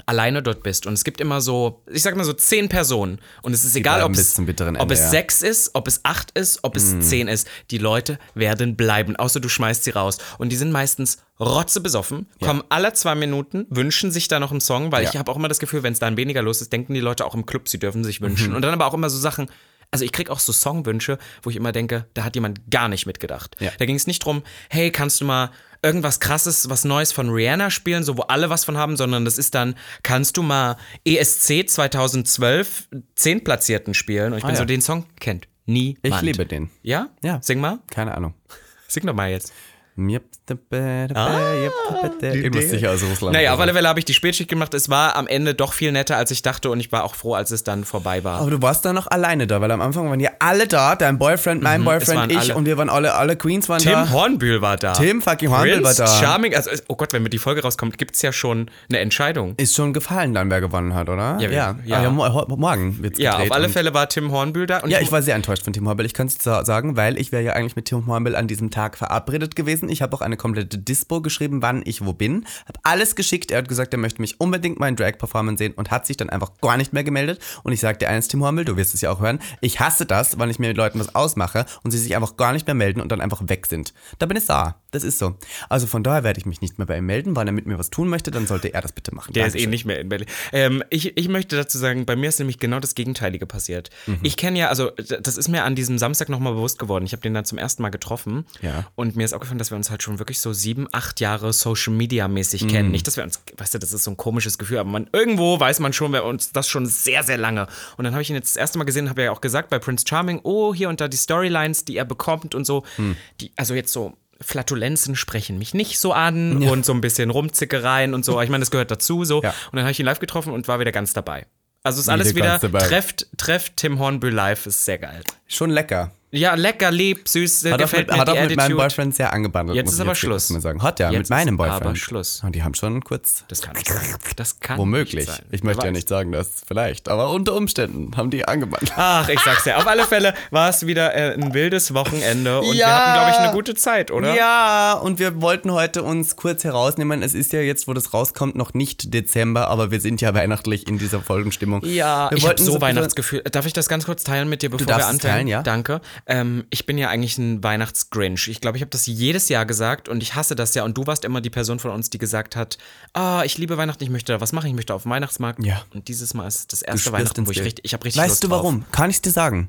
[SPEAKER 1] alleine dort bist und es gibt immer so, ich sag mal so zehn Personen und es ist egal,
[SPEAKER 2] bleiben
[SPEAKER 1] ob
[SPEAKER 2] bis
[SPEAKER 1] es,
[SPEAKER 2] zum bitteren
[SPEAKER 1] ob
[SPEAKER 2] Ende,
[SPEAKER 1] es
[SPEAKER 2] ja.
[SPEAKER 1] sechs ist, ob es acht ist, ob
[SPEAKER 2] Hm.
[SPEAKER 1] es zehn ist, die Leute werden bleiben, außer du schmeißt sie raus und die sind meistens rotzebesoffen, kommen alle zwei Minuten, wünschen sich da noch einen Song, weil
[SPEAKER 2] Ja.
[SPEAKER 1] ich habe auch immer das Gefühl, wenn es dann weniger los ist, denken die Leute auch im Club, sie dürfen
[SPEAKER 2] Mhm.
[SPEAKER 1] sich wünschen und dann aber auch immer so Sachen, also ich krieg auch so Songwünsche, wo ich immer denke, da hat jemand gar nicht mitgedacht.
[SPEAKER 2] Ja.
[SPEAKER 1] Da ging es nicht drum, hey, kannst du mal irgendwas krasses, was Neues von Rihanna spielen, so wo alle was von haben, sondern das ist dann, kannst du mal E ESC 2012 10 Platzierten spielen? Und ich bin
[SPEAKER 2] Ah, ja.
[SPEAKER 1] so, den Song kennt niemand.
[SPEAKER 2] Ich liebe den.
[SPEAKER 1] Ja?
[SPEAKER 2] Ja.
[SPEAKER 1] Sing mal.
[SPEAKER 2] Keine Ahnung.
[SPEAKER 1] Sing doch mal jetzt.
[SPEAKER 2] Ah. Irgendwas sicher aus Russland.
[SPEAKER 1] Naja, auf alle Fälle habe ich die Spätschicht gemacht. Es war am Ende doch viel netter, als ich dachte und ich war auch froh, als es dann vorbei war.
[SPEAKER 2] Aber du warst dann noch alleine da, weil am Anfang waren ja alle da, dein Boyfriend, mein
[SPEAKER 1] Mhm, waren
[SPEAKER 2] Boyfriend, ich
[SPEAKER 1] alle.
[SPEAKER 2] und wir waren alle, alle Queens waren
[SPEAKER 1] Tim
[SPEAKER 2] da.
[SPEAKER 1] Hornbühl war da.
[SPEAKER 2] Tim fucking Hornbill war
[SPEAKER 1] Prince
[SPEAKER 2] da.
[SPEAKER 1] Charming. Also, oh Gott, wenn mir die Folge rauskommt, gibt es ja schon eine Entscheidung.
[SPEAKER 2] Ist schon gefallen dann, wer gewonnen hat, oder?
[SPEAKER 1] Ja, wir-
[SPEAKER 2] ja.
[SPEAKER 1] ja.
[SPEAKER 2] Ah, ja mo- ho- morgen wird's
[SPEAKER 1] Ja,
[SPEAKER 2] gedreht
[SPEAKER 1] auf alle
[SPEAKER 2] und-
[SPEAKER 1] Fälle war Tim Hornbühl da. Und
[SPEAKER 2] Ja, ich war sehr enttäuscht von Tim Hornbill. Ich kann es sagen, weil ich wäre ja eigentlich mit Tim Hornbill an diesem Tag verabredet gewesen. Ich habe auch eine komplette Dispo geschrieben, wann ich wo bin. Habe alles geschickt. Er hat gesagt, er möchte mich unbedingt mal in Drag-Performance sehen und hat sich dann einfach gar nicht mehr gemeldet. Und ich sagte eins, Tim Hornbill, du wirst es ja auch hören. Ich hasse das, wenn ich mir mit Leuten was ausmache und sie sich einfach gar nicht mehr melden und dann einfach weg sind. Da bin ich da. Das ist so. Also von daher werde ich mich nicht mehr bei ihm melden. Wenn er mit mir was tun möchte, dann sollte er das bitte machen.
[SPEAKER 1] Der ist eh
[SPEAKER 2] Dankeschön.
[SPEAKER 1] nicht mehr in Berlin. Ähm, ich, ich möchte dazu sagen, bei mir ist nämlich genau das Gegenteilige passiert. Ich kenne ja, also d- das ist mir an diesem Samstag nochmal bewusst geworden. Ich habe den dann zum ersten Mal getroffen.
[SPEAKER 2] Ja.
[SPEAKER 1] Und mir ist aufgefallen, dass wir uns halt schon wirklich so sieben, acht Jahre Social Media mäßig kennen. Nicht, dass wir uns, weißt du, das ist so ein komisches Gefühl, aber man, irgendwo weiß man schon, wir uns das schon sehr, sehr lange. Und dann habe ich ihn jetzt das erste Mal gesehen, habe ja auch gesagt bei Prince Charming, oh, hier und da die Storylines, die er bekommt und so. Die, also jetzt so. Flatulenzen sprechen mich nicht so an und so ein bisschen Rumzickereien und so. Ich meine, das gehört dazu so.
[SPEAKER 2] Ja.
[SPEAKER 1] Und dann habe ich ihn live getroffen und war wieder ganz dabei. Also ist alles
[SPEAKER 2] ganz
[SPEAKER 1] wieder
[SPEAKER 2] dabei.
[SPEAKER 1] trefft, trefft Tim Hornbüll live, ist sehr geil.
[SPEAKER 2] Schon lecker.
[SPEAKER 1] Ja, lecker, lieb, süß,
[SPEAKER 2] Hat auch,
[SPEAKER 1] gefällt
[SPEAKER 2] mit,
[SPEAKER 1] mir
[SPEAKER 2] hat
[SPEAKER 1] die
[SPEAKER 2] auch mit meinem
[SPEAKER 1] Attitude.
[SPEAKER 2] Boyfriend sehr angebandelt.
[SPEAKER 1] Jetzt
[SPEAKER 2] muss
[SPEAKER 1] ist
[SPEAKER 2] ich
[SPEAKER 1] aber
[SPEAKER 2] ganz
[SPEAKER 1] Schluss.
[SPEAKER 2] mal Sagen. Hat ja,
[SPEAKER 1] Jetzt
[SPEAKER 2] mit meinem
[SPEAKER 1] ist aber
[SPEAKER 2] Boyfriend.
[SPEAKER 1] Schluss.
[SPEAKER 2] Und die haben schon kurz,
[SPEAKER 1] Das kann nicht sein. Das kann Nicht
[SPEAKER 2] womöglich,
[SPEAKER 1] sein.
[SPEAKER 2] ich
[SPEAKER 1] Wer
[SPEAKER 2] möchte ja
[SPEAKER 1] weiß. Ah,
[SPEAKER 2] nicht sagen, dass vielleicht, aber unter Umständen haben die angebandelt.
[SPEAKER 1] Ach, ich sag's ja. Auf alle Fälle war es wieder äh, ein wildes Wochenende und wir
[SPEAKER 2] Ja.
[SPEAKER 1] hatten, glaube ich, eine gute Zeit, oder?
[SPEAKER 2] Ja, und wir wollten heute uns kurz herausnehmen. Es ist ja jetzt, wo das rauskommt, noch nicht Dezember, aber wir sind ja weihnachtlich in dieser Folgenstimmung.
[SPEAKER 1] Ja,
[SPEAKER 2] wir
[SPEAKER 1] ich habe
[SPEAKER 2] wollten
[SPEAKER 1] so
[SPEAKER 2] ein bisschen-
[SPEAKER 1] Weihnachtsgefühl. Darf ich das ganz kurz teilen mit dir, bevor wir
[SPEAKER 2] darfst es
[SPEAKER 1] anfangen?
[SPEAKER 2] teilen, ja.
[SPEAKER 1] Danke. Ähm, ich bin ja eigentlich ein Weihnachtsgrinch. Ich glaube, ich habe das jedes Jahr gesagt und ich hasse das ja. Und du warst immer die Person von uns, die gesagt hat, ah, ich liebe Weihnachten, ich möchte da was machen, ich möchte auf den Weihnachtsmarkt.
[SPEAKER 2] Ja.
[SPEAKER 1] Und dieses Mal ist das
[SPEAKER 2] Du
[SPEAKER 1] erste
[SPEAKER 2] spürst
[SPEAKER 1] Weihnachten,
[SPEAKER 2] ins
[SPEAKER 1] wo ich
[SPEAKER 2] Bild.
[SPEAKER 1] richtig, ich habe richtig
[SPEAKER 2] Weißt
[SPEAKER 1] Lust
[SPEAKER 2] du
[SPEAKER 1] drauf.
[SPEAKER 2] warum? Kann ich dir sagen.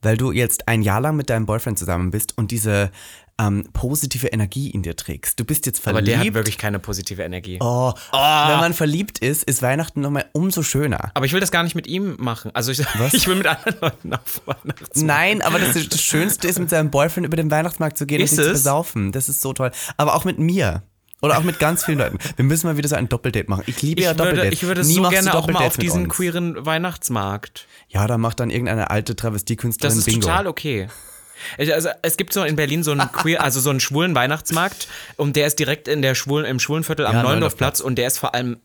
[SPEAKER 2] Weil du jetzt ein Jahr lang mit deinem Boyfriend zusammen bist und diese ähm, positive Energie in dir trägst. Du bist jetzt
[SPEAKER 1] Aber
[SPEAKER 2] verliebt.
[SPEAKER 1] der hat wirklich keine positive Energie.
[SPEAKER 2] Oh,
[SPEAKER 1] Ah.
[SPEAKER 2] Wenn man verliebt ist, ist Weihnachten nochmal umso schöner.
[SPEAKER 1] Aber ich will das gar nicht mit ihm machen. Also ich, ich will mit anderen Leuten auf Weihnachtsmarkt.
[SPEAKER 2] Nein, aber das, ist, das Schönste ist, mit seinem Boyfriend über den Weihnachtsmarkt zu gehen
[SPEAKER 1] Ist
[SPEAKER 2] und sich zu
[SPEAKER 1] es?
[SPEAKER 2] besaufen. Das ist so toll. Aber auch mit mir. Oder auch mit ganz vielen Leuten. Wir müssen mal wieder so ein Doppeldate machen. Ich liebe ja
[SPEAKER 1] Ich würde,
[SPEAKER 2] Doppeldates.
[SPEAKER 1] ich würde
[SPEAKER 2] Nie
[SPEAKER 1] so
[SPEAKER 2] machst du
[SPEAKER 1] gerne auch mal
[SPEAKER 2] Doppeldates
[SPEAKER 1] auf
[SPEAKER 2] mit
[SPEAKER 1] diesen
[SPEAKER 2] uns.
[SPEAKER 1] queeren Weihnachtsmarkt.
[SPEAKER 2] Ja, da macht dann irgendeine alte Travestiekünstlerin
[SPEAKER 1] Das ist
[SPEAKER 2] Bingo.
[SPEAKER 1] total okay. Ich- Also, es gibt so in Berlin so einen queer, also so einen schwulen Weihnachtsmarkt und der ist direkt in der schwulen, im Schwulenviertel am
[SPEAKER 2] Ja,
[SPEAKER 1] Neulendorfplatz und der ist vor allem,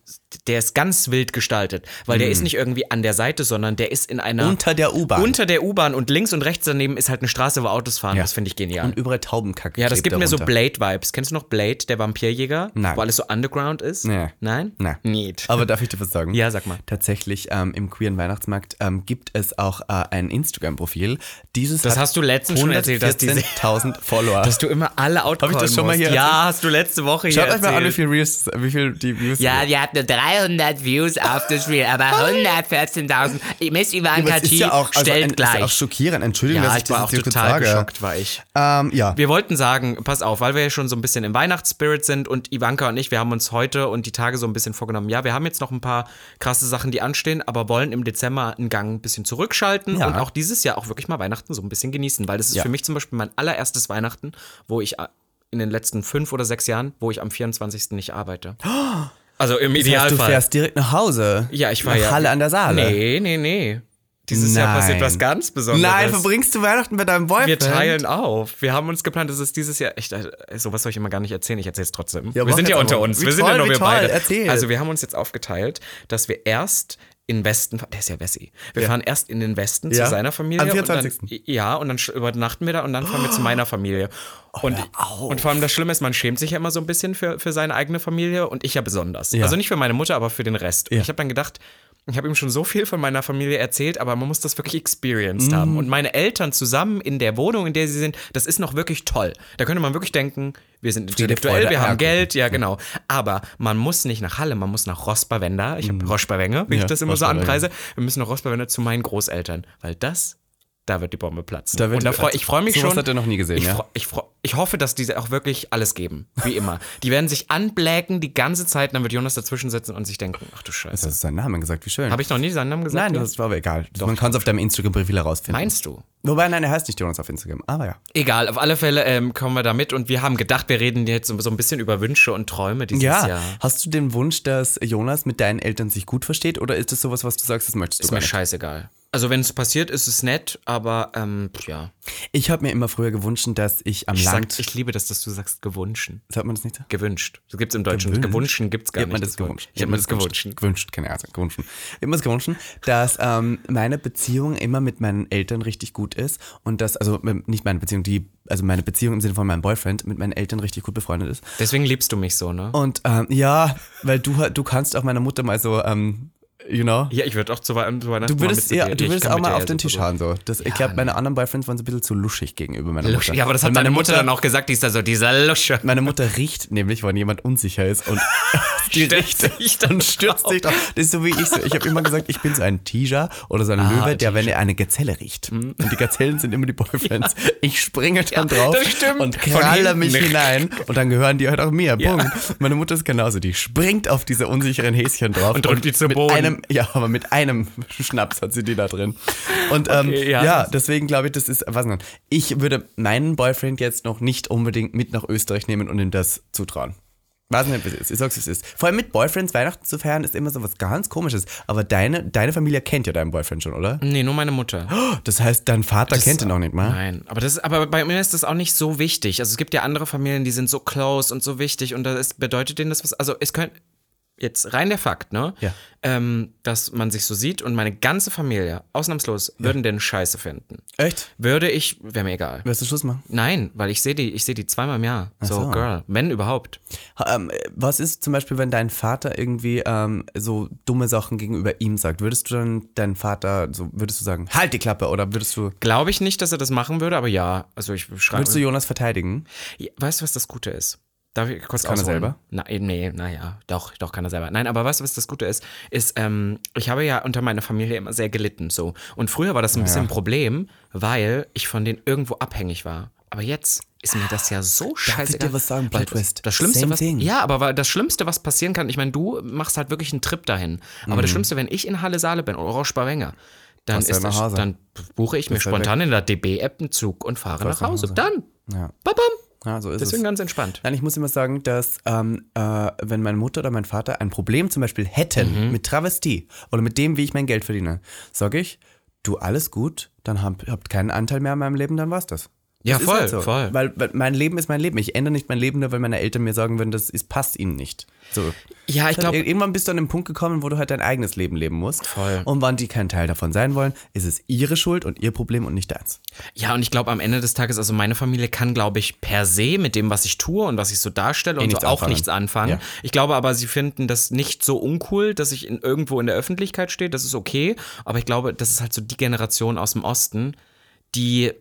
[SPEAKER 1] der ist ganz wild gestaltet, weil der ist nicht irgendwie an der Seite, sondern der ist in einer
[SPEAKER 2] Mhm. Unter der U-Bahn.
[SPEAKER 1] unter der U-Bahn und links und rechts daneben ist halt eine Straße, wo Autos fahren. Das finde ich genial.
[SPEAKER 2] Und überall Taubenkacke.
[SPEAKER 1] ja, das
[SPEAKER 2] klebt
[SPEAKER 1] gibt mir so
[SPEAKER 2] darunter.
[SPEAKER 1] Blade-Vibes. Kennst du noch Blade, der Vampirjäger?
[SPEAKER 2] Nein.
[SPEAKER 1] Wo alles so underground ist?
[SPEAKER 2] Nee.
[SPEAKER 1] Nein?
[SPEAKER 2] Nein.
[SPEAKER 1] Nicht.
[SPEAKER 2] Aber darf ich dir was sagen?
[SPEAKER 1] Ja, sag mal.
[SPEAKER 2] Tatsächlich, ähm, im queeren Weihnachtsmarkt ähm, gibt es auch äh, ein Instagram-Profil. Dieses
[SPEAKER 1] Das
[SPEAKER 2] hat
[SPEAKER 1] hast du letztens schon erzählt, dass die-
[SPEAKER 2] 114.000 Follower.
[SPEAKER 1] Dass du immer alle Autos
[SPEAKER 2] Hab ich das schon mal hier
[SPEAKER 1] Ja,
[SPEAKER 2] erzählt?
[SPEAKER 1] hast du letzte Woche hier
[SPEAKER 2] Schaut euch mal an, wie
[SPEAKER 1] erzählt.
[SPEAKER 2] viel, Reels, wie viel die Views
[SPEAKER 3] Ja, wir hatten 300 Views auf das Reel, aber 114.000. Miss
[SPEAKER 2] Aber
[SPEAKER 3] Ivanka
[SPEAKER 2] es
[SPEAKER 3] G
[SPEAKER 2] ist ja auch, also,
[SPEAKER 3] stellt
[SPEAKER 2] ein, Ist ja auch
[SPEAKER 3] gleich.
[SPEAKER 2] schockierend. Entschuldigung,
[SPEAKER 1] Ja,
[SPEAKER 2] dass
[SPEAKER 1] ich,
[SPEAKER 2] ich,
[SPEAKER 1] war auch
[SPEAKER 2] das jetzt kurz
[SPEAKER 1] total
[SPEAKER 2] sage.
[SPEAKER 1] geschockt, war ich.
[SPEAKER 2] Ähm, ja.
[SPEAKER 1] Wir wollten sagen, pass auf, weil wir ja schon so ein bisschen im Weihnachtsspirit sind und Ivanka und ich, wir haben uns heute und die Tage so ein bisschen vorgenommen, ja, wir haben jetzt noch ein paar krasse Sachen, die anstehen, aber wollen im Dezember einen Gang ein bisschen zurückschalten
[SPEAKER 2] Ja.
[SPEAKER 1] und auch dieses Jahr auch wirklich mal Weihnachten so ein bisschen genießen, weil das ist
[SPEAKER 2] Ja.
[SPEAKER 1] für mich zum Beispiel mein allererstes Weihnachten, wo ich äh, in den letzten fünf oder sechs Jahren, wo ich am 24. nicht arbeite. Also im
[SPEAKER 2] Das heißt, Oh! du
[SPEAKER 1] Idealfall.
[SPEAKER 2] fährst direkt nach Hause.
[SPEAKER 1] ja, ich war
[SPEAKER 2] nach
[SPEAKER 1] ja.
[SPEAKER 2] Halle an der Saale.
[SPEAKER 1] Nee, nee, nee. Dieses Jahr passiert
[SPEAKER 2] Nein.
[SPEAKER 1] was ganz Besonderes.
[SPEAKER 2] Nein, verbringst du Weihnachten bei deinem Boyfriend?
[SPEAKER 1] Wir teilen auf. Wir haben uns geplant, es ist dieses Jahr. Echt, äh, sowas soll ich immer gar nicht erzählen. Ich erzähle es trotzdem.
[SPEAKER 2] Ja,
[SPEAKER 1] wir
[SPEAKER 2] mach
[SPEAKER 1] sind ja
[SPEAKER 2] jetzt
[SPEAKER 1] unter
[SPEAKER 2] aber.
[SPEAKER 1] uns.
[SPEAKER 2] Wie
[SPEAKER 1] wir sind
[SPEAKER 2] toll,
[SPEAKER 1] ja nur
[SPEAKER 2] wie
[SPEAKER 1] wir
[SPEAKER 2] toll.
[SPEAKER 1] beide.
[SPEAKER 2] Erzähl.
[SPEAKER 1] Also wir haben uns jetzt aufgeteilt, dass wir erst in Westen, der ist ja Wessi. Wir fahren erst in den Westen
[SPEAKER 2] Ja.
[SPEAKER 1] zu seiner Familie.
[SPEAKER 2] Am
[SPEAKER 1] Und
[SPEAKER 2] 24..
[SPEAKER 1] dann, ja, und dann sch- übernachten wir da und dann fahren wir zu meiner Familie. Und, und vor allem das Schlimme ist, man schämt sich ja immer so ein bisschen für, für seine eigene Familie und ich ja besonders. Also nicht für meine Mutter, aber für den Rest. Ich habe dann gedacht, ich habe ihm schon so viel von meiner Familie erzählt, aber man muss das wirklich experienced haben. Und meine Eltern zusammen in der Wohnung, in der sie sind, das ist noch wirklich toll. Da könnte man wirklich denken, wir sind intellektuell,
[SPEAKER 2] Freude,
[SPEAKER 1] wir haben
[SPEAKER 2] Eierkuchen.
[SPEAKER 1] Geld, ja genau. Aber man muss nicht nach Halle, man muss nach Rosberwender. Ich habe Rosberwenge, wie ich
[SPEAKER 2] Ja,
[SPEAKER 1] das immer so
[SPEAKER 2] Rossbawenge.
[SPEAKER 1] anpreise. Wir müssen nach Rosberwender zu meinen Großeltern, weil das, da wird die Bombe platzen.
[SPEAKER 2] Da wird
[SPEAKER 1] Und da
[SPEAKER 2] die-
[SPEAKER 1] freu, ich freue mich
[SPEAKER 2] sowas
[SPEAKER 1] schon.
[SPEAKER 2] hat er noch nie gesehen,
[SPEAKER 1] ich
[SPEAKER 2] ja?
[SPEAKER 1] freu- ich freu- ich hoffe, dass diese auch wirklich alles geben, wie immer. Die werden sich anbläken die ganze Zeit, und dann wird Jonas dazwischen sitzen und sich denken, ach du Scheiße.
[SPEAKER 2] Du hast seinen Namen gesagt, wie schön.
[SPEAKER 1] Habe ich noch nie seinen Namen gesagt?
[SPEAKER 2] Nein, das war aber egal. Man kann es auf deinem Instagram-Profil herausfinden.
[SPEAKER 1] Meinst du?
[SPEAKER 2] Wobei, nein, er heißt nicht Jonas auf Instagram. Aber ja.
[SPEAKER 1] Egal, auf alle Fälle ähm, kommen wir da mit und wir haben gedacht, wir reden jetzt so so ein bisschen über Wünsche und Träume dieses
[SPEAKER 2] Ja.
[SPEAKER 1] Jahr.
[SPEAKER 2] Hast du den Wunsch, dass Jonas mit deinen Eltern sich gut versteht? Oder ist das sowas, was du sagst, das möchtest
[SPEAKER 1] Ist
[SPEAKER 2] du
[SPEAKER 1] mir
[SPEAKER 2] gar nicht?
[SPEAKER 1] scheißegal. Also wenn es passiert, ist es nett, aber ähm, pff, ja.
[SPEAKER 2] Ich habe mir immer früher gewünscht, dass ich am
[SPEAKER 1] Ich,
[SPEAKER 2] Land.
[SPEAKER 1] sag, ich liebe das, dass du sagst gewünschen.
[SPEAKER 2] sagt man das nicht so?
[SPEAKER 1] Gewünscht. Das gibt's im Deutschen. Gewünscht, gibt's gar
[SPEAKER 2] Ich hab
[SPEAKER 1] nicht.
[SPEAKER 2] mir das gewünscht.
[SPEAKER 1] Ich habe mir das gewünscht.
[SPEAKER 2] Gewünscht, keine Ahnung, gewünscht. Ich habe mir das gewünscht, dass ähm, meine Beziehung immer mit meinen Eltern richtig gut ist und dass, also ähm, nicht meine Beziehung, die, also meine Beziehung im Sinne von meinem Boyfriend mit meinen Eltern richtig gut befreundet ist.
[SPEAKER 1] Deswegen liebst du mich so, ne?
[SPEAKER 2] Und ähm, ja, weil du, ha- du kannst auch meiner Mutter mal so, ähm, you know.
[SPEAKER 1] Ja, ich würde auch zu, Wei- zu Weihnachten
[SPEAKER 2] Du
[SPEAKER 1] mit
[SPEAKER 2] würdest,
[SPEAKER 1] zu
[SPEAKER 2] ja,
[SPEAKER 1] dir.
[SPEAKER 2] du
[SPEAKER 1] Ich
[SPEAKER 2] würdest
[SPEAKER 1] kann
[SPEAKER 2] auch
[SPEAKER 1] mit
[SPEAKER 2] mal
[SPEAKER 1] dir
[SPEAKER 2] auf den
[SPEAKER 1] super
[SPEAKER 2] Tisch
[SPEAKER 1] gut.
[SPEAKER 2] hauen. So. Das, ich glaube, meine anderen Boyfriends waren so ein bisschen zu luschig gegenüber meiner
[SPEAKER 1] Lusch,
[SPEAKER 2] Mutter.
[SPEAKER 1] ja, aber das hat
[SPEAKER 2] Weil
[SPEAKER 1] deine Mutter dann auch gesagt, die ist da so, dieser Lusche.
[SPEAKER 2] Meine Mutter riecht nämlich, wenn jemand unsicher ist und die
[SPEAKER 1] Stürzt
[SPEAKER 2] riecht
[SPEAKER 1] sich dann
[SPEAKER 2] dann stürzt sich drauf. Das ist so wie ich. So. Ich habe immer gesagt, ich bin so ein Tiger oder so ein
[SPEAKER 1] Ah,
[SPEAKER 2] Löwe, der, wenn er eine Gazelle riecht. Und die Gazellen sind immer die Boyfriends. Ich springe dann drauf
[SPEAKER 1] Mhm. das stimmt.
[SPEAKER 2] und
[SPEAKER 1] Von
[SPEAKER 2] kralle
[SPEAKER 1] hinten.
[SPEAKER 2] mich hinein. Und dann gehören die halt auch mir. Punkt. Meine Mutter ist genauso. Die springt auf diese unsicheren Häschen drauf.
[SPEAKER 1] Und drückt die zu
[SPEAKER 2] mit
[SPEAKER 1] Boden.
[SPEAKER 2] Einem, ja, aber mit einem Schnaps hat sie die da drin. Und ähm,
[SPEAKER 1] Okay, ja.
[SPEAKER 2] ja, deswegen glaube ich, das ist, was denn? Ich würde meinen Boyfriend jetzt noch nicht unbedingt mit nach Österreich nehmen und ihm das zutrauen. Weiß nicht, was es ist. Ich sag's, wie es ist. Vor allem mit Boyfriends Weihnachten zu feiern ist immer so was ganz Komisches. Aber deine, deine Familie kennt ja deinen Boyfriend schon, oder?
[SPEAKER 1] Nee, nur meine Mutter.
[SPEAKER 2] Oh, Das heißt, dein Vater kennt ihn noch nicht mal.
[SPEAKER 1] Nein, aber, das, aber bei mir ist das auch nicht so wichtig. Also es gibt ja andere Familien, die sind so close und so wichtig und das ist, bedeutet denen das was. Also es könnte, jetzt rein der Fakt, ne?
[SPEAKER 2] Ja.
[SPEAKER 1] Ähm, dass man sich so sieht und meine ganze Familie, ausnahmslos, würden den Scheiße finden.
[SPEAKER 2] Echt?
[SPEAKER 1] Würde ich, wäre mir egal.
[SPEAKER 2] Wirst du Schluss machen?
[SPEAKER 1] Nein, weil ich sehe die, ich sehe die zweimal im Jahr. So,
[SPEAKER 2] so.
[SPEAKER 1] Girl, wenn überhaupt.
[SPEAKER 2] Ha- Ähm, was ist zum Beispiel, wenn dein Vater irgendwie ähm, so dumme Sachen gegenüber ihm sagt? Würdest du dann deinen Vater, so würdest du sagen, halt die Klappe oder würdest du,
[SPEAKER 1] Glaube ich nicht, dass er das machen würde, aber ja. Also ich schreibe.
[SPEAKER 2] würdest du Jonas verteidigen?
[SPEAKER 1] Ja, Weißt du, was das Gute ist? Darf ich kurz
[SPEAKER 2] kann er
[SPEAKER 1] ausholen?
[SPEAKER 2] selber?
[SPEAKER 1] Na, eh, nee, naja, doch, doch kann er selber. Nein, aber weißt du, was das Gute ist? Ist, ähm, ich habe ja unter meiner Familie immer sehr gelitten, so. Und früher war das ein bisschen ein Problem, weil ich von denen irgendwo abhängig war. Aber jetzt ist mir das ja so scheiße.
[SPEAKER 2] dir was sagen, Plot Twist?
[SPEAKER 1] Das Schlimmste,
[SPEAKER 2] Same
[SPEAKER 1] was,
[SPEAKER 2] thing.
[SPEAKER 1] ja, aber wa- das Schlimmste, was passieren kann, ich meine, du machst halt wirklich einen Trip dahin. Aber das Schlimmste, wenn ich in Halle Saale bin oder Orange Barwenger, dann,
[SPEAKER 2] Fährst Mhm. du
[SPEAKER 1] ist
[SPEAKER 2] nach
[SPEAKER 1] das,
[SPEAKER 2] Hause.
[SPEAKER 1] dann buche ich mir
[SPEAKER 2] halt
[SPEAKER 1] spontan in der DB-App einen Zug und fahre nach
[SPEAKER 2] nach
[SPEAKER 1] Hause.
[SPEAKER 2] Hause.
[SPEAKER 1] Dann,
[SPEAKER 2] Ja.
[SPEAKER 1] babam,
[SPEAKER 2] Ja, so ist
[SPEAKER 1] Deswegen
[SPEAKER 2] es.
[SPEAKER 1] ganz entspannt.
[SPEAKER 2] Nein, ich muss immer sagen, dass ähm, äh, wenn meine Mutter oder mein Vater ein Problem zum Beispiel hätten
[SPEAKER 1] Mhm.
[SPEAKER 2] mit Travestie oder mit dem, wie ich mein Geld verdiene, sage ich, du alles gut, dann hab, habt keinen Anteil mehr an meinem Leben, dann war's das.
[SPEAKER 1] Ja,
[SPEAKER 2] das
[SPEAKER 1] voll,
[SPEAKER 2] ist halt so.
[SPEAKER 1] voll.
[SPEAKER 2] Weil, weil mein Leben ist mein Leben. Ich ändere nicht mein Leben, nur weil meine Eltern mir sagen würden, das ist, passt ihnen nicht. So.
[SPEAKER 1] Äh, Ja, ich
[SPEAKER 2] Ir-
[SPEAKER 1] glaube,
[SPEAKER 2] Irgendwann bist du an den Punkt gekommen, wo du halt dein eigenes Leben leben musst.
[SPEAKER 1] Voll.
[SPEAKER 2] Und wann die kein Teil davon sein wollen, ist es ihre Schuld und ihr Problem und nicht deins.
[SPEAKER 1] ja, und ich glaube am Ende des Tages, also meine Familie kann, glaube ich, per se mit dem, was ich tue und was ich so darstelle und so
[SPEAKER 2] Eh nichts
[SPEAKER 1] auch
[SPEAKER 2] anfangen.
[SPEAKER 1] nichts anfangen.
[SPEAKER 2] Ja.
[SPEAKER 1] Ich glaube aber, sie finden das nicht so uncool, dass ich in, irgendwo in der Öffentlichkeit stehe. Das ist okay. Aber ich glaube, das ist halt so die Generation aus dem Osten, die.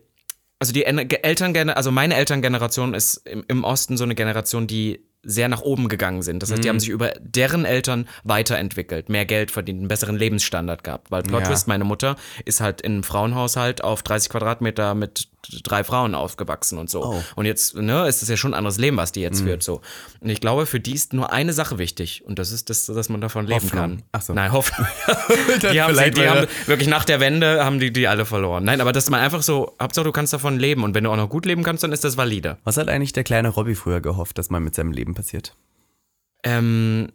[SPEAKER 1] Also die Ener- Ge- Elterngener, also meine Elterngeneration ist im, im Osten so eine Generation, die sehr nach oben gegangen sind. Das heißt, die
[SPEAKER 2] Mhm.
[SPEAKER 1] haben sich über deren Eltern weiterentwickelt, mehr Geld verdient, einen besseren Lebensstandard gehabt. Weil Plot
[SPEAKER 2] Ja.
[SPEAKER 1] Twist, meine Mutter ist halt in einem Frauenhaushalt auf 30 Quadratmeter mit drei Frauen aufgewachsen und so.
[SPEAKER 2] Oh.
[SPEAKER 1] Und jetzt ne, ist es ja schon ein anderes Leben, was die
[SPEAKER 2] Mhm.
[SPEAKER 1] jetzt führt. So. Und ich glaube, für die ist nur eine Sache wichtig. Und das ist, dass, dass man davon leben
[SPEAKER 2] Hoffnung.
[SPEAKER 1] kann.
[SPEAKER 2] Ach so.
[SPEAKER 1] Nein, Hoffnung. die haben, sie,
[SPEAKER 2] vielleicht
[SPEAKER 1] die
[SPEAKER 2] war
[SPEAKER 1] haben
[SPEAKER 2] ja-
[SPEAKER 1] wirklich nach der Wende haben die die alle verloren. Nein, aber dass man einfach so, Hauptsache du kannst davon leben. Und wenn du auch noch gut leben kannst, dann ist das valide.
[SPEAKER 2] Was hat eigentlich der kleine Robby früher gehofft, dass mal mit seinem Leben passiert?
[SPEAKER 1] Ähm,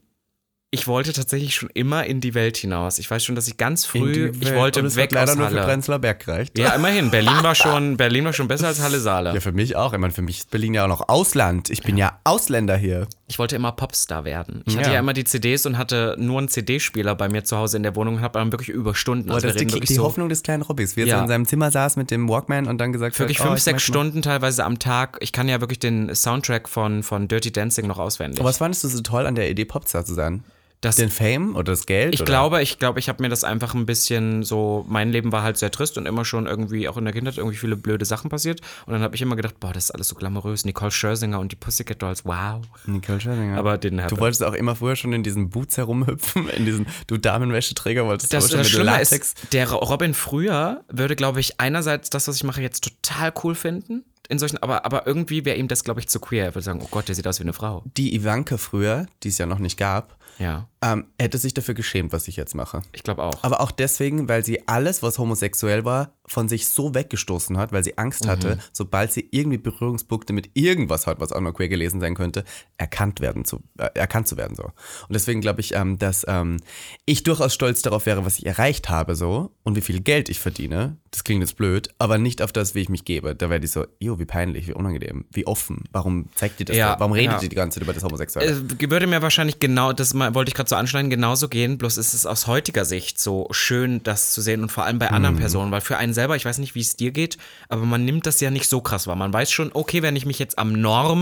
[SPEAKER 1] ich wollte tatsächlich schon immer in die Welt hinaus. Ich weiß schon, dass ich ganz früh, ich wollte
[SPEAKER 2] Und es
[SPEAKER 1] weg
[SPEAKER 2] hat leider
[SPEAKER 1] aus
[SPEAKER 2] nur für
[SPEAKER 1] Halle.
[SPEAKER 2] Prenzlauer Berg gereicht.
[SPEAKER 1] Ja, immerhin. Berlin war schon, Berlin war schon besser als Halle Saale.
[SPEAKER 2] Ja, für mich auch. Ich meine, für mich ist Berlin ja auch noch Ausland. Ich bin ja, Ausländer hier.
[SPEAKER 1] Ich wollte immer Popstar werden. Ich hatte
[SPEAKER 2] Ja.
[SPEAKER 1] ja immer die CDs und hatte nur einen CD-Spieler bei mir zu Hause in der Wohnung und habe dann wirklich über Stunden, also
[SPEAKER 2] Oh, das
[SPEAKER 1] wir
[SPEAKER 2] ist die,
[SPEAKER 1] reden
[SPEAKER 2] die
[SPEAKER 1] wirklich so
[SPEAKER 2] Hoffnung des kleinen Robbys, wie er
[SPEAKER 1] Ja.
[SPEAKER 2] so in seinem Zimmer saß mit dem Walkman und dann gesagt
[SPEAKER 1] wirklich
[SPEAKER 2] hat,
[SPEAKER 1] fünf,
[SPEAKER 2] Oh, ich
[SPEAKER 1] sechs
[SPEAKER 2] möchte mal-
[SPEAKER 1] Stunden teilweise am Tag. Ich kann ja wirklich den Soundtrack von, von Dirty Dancing noch auswendig.
[SPEAKER 2] Was fandest du so toll an der Idee, Popstar zu sein?
[SPEAKER 1] Das-
[SPEAKER 2] Den Fame oder das Geld?
[SPEAKER 1] Ich
[SPEAKER 2] oder?
[SPEAKER 1] glaube, ich glaube, ich habe mir das einfach ein bisschen so, mein Leben war halt sehr trist und immer schon irgendwie, auch in der Kindheit, irgendwie viele blöde Sachen passiert. Und dann habe ich immer gedacht, boah, das ist alles so glamourös. Nicole Scherzinger und die Pussycat Dolls, wow.
[SPEAKER 2] Nicole Scherzinger.
[SPEAKER 1] Aber den hat
[SPEAKER 2] Du
[SPEAKER 1] er.
[SPEAKER 2] wolltest auch immer früher schon in diesen Boots herumhüpfen, in diesen, du Damenwäscheträger wolltest du
[SPEAKER 1] Das,
[SPEAKER 2] auch schon
[SPEAKER 1] das
[SPEAKER 2] mit
[SPEAKER 1] Schlimme
[SPEAKER 2] Latex.
[SPEAKER 1] ist, der Robin früher würde, glaube ich, einerseits das, was ich mache, jetzt total cool finden. in solchen, aber, aber irgendwie wäre ihm das, glaube ich, zu queer. Er würde sagen, oh Gott, der sieht aus wie eine Frau.
[SPEAKER 2] Die Ivanka früher, die es ja noch nicht gab,
[SPEAKER 1] Ja,
[SPEAKER 2] ähm, hätte sich dafür geschämt, was ich jetzt mache.
[SPEAKER 1] ich glaube auch.
[SPEAKER 2] Aber auch deswegen, weil sie alles, was homosexuell war, von sich so weggestoßen hat, weil sie Angst
[SPEAKER 1] Mhm.
[SPEAKER 2] hatte, sobald sie irgendwie Berührungspunkte mit irgendwas hat, was auch noch queer gelesen sein könnte, erkannt werden zu, äh, erkannt zu werden so. Und deswegen glaube ich, ähm, dass ähm, ich durchaus stolz darauf wäre, was ich erreicht habe so und wie viel Geld ich verdiene. Das klingt jetzt blöd, aber nicht auf das, wie ich mich gebe. Da wäre die so, jo, wie peinlich, wie unangenehm, wie offen. Warum zeigt ihr das?
[SPEAKER 1] Ja,
[SPEAKER 2] da? Warum redet
[SPEAKER 1] ja.
[SPEAKER 2] ihr die ganze Zeit über das Homosexuelle?
[SPEAKER 1] Es Äh, würde mir wahrscheinlich genau, das mal- wollte ich gerade so anschneiden, genauso gehen, bloß ist es aus heutiger Sicht so schön, das zu sehen und vor allem bei
[SPEAKER 2] Mhm.
[SPEAKER 1] anderen Personen, weil für einen selber, ich weiß nicht, wie es dir geht, aber man nimmt das ja nicht so krass wahr. Man weiß schon, okay, wenn ich mich jetzt am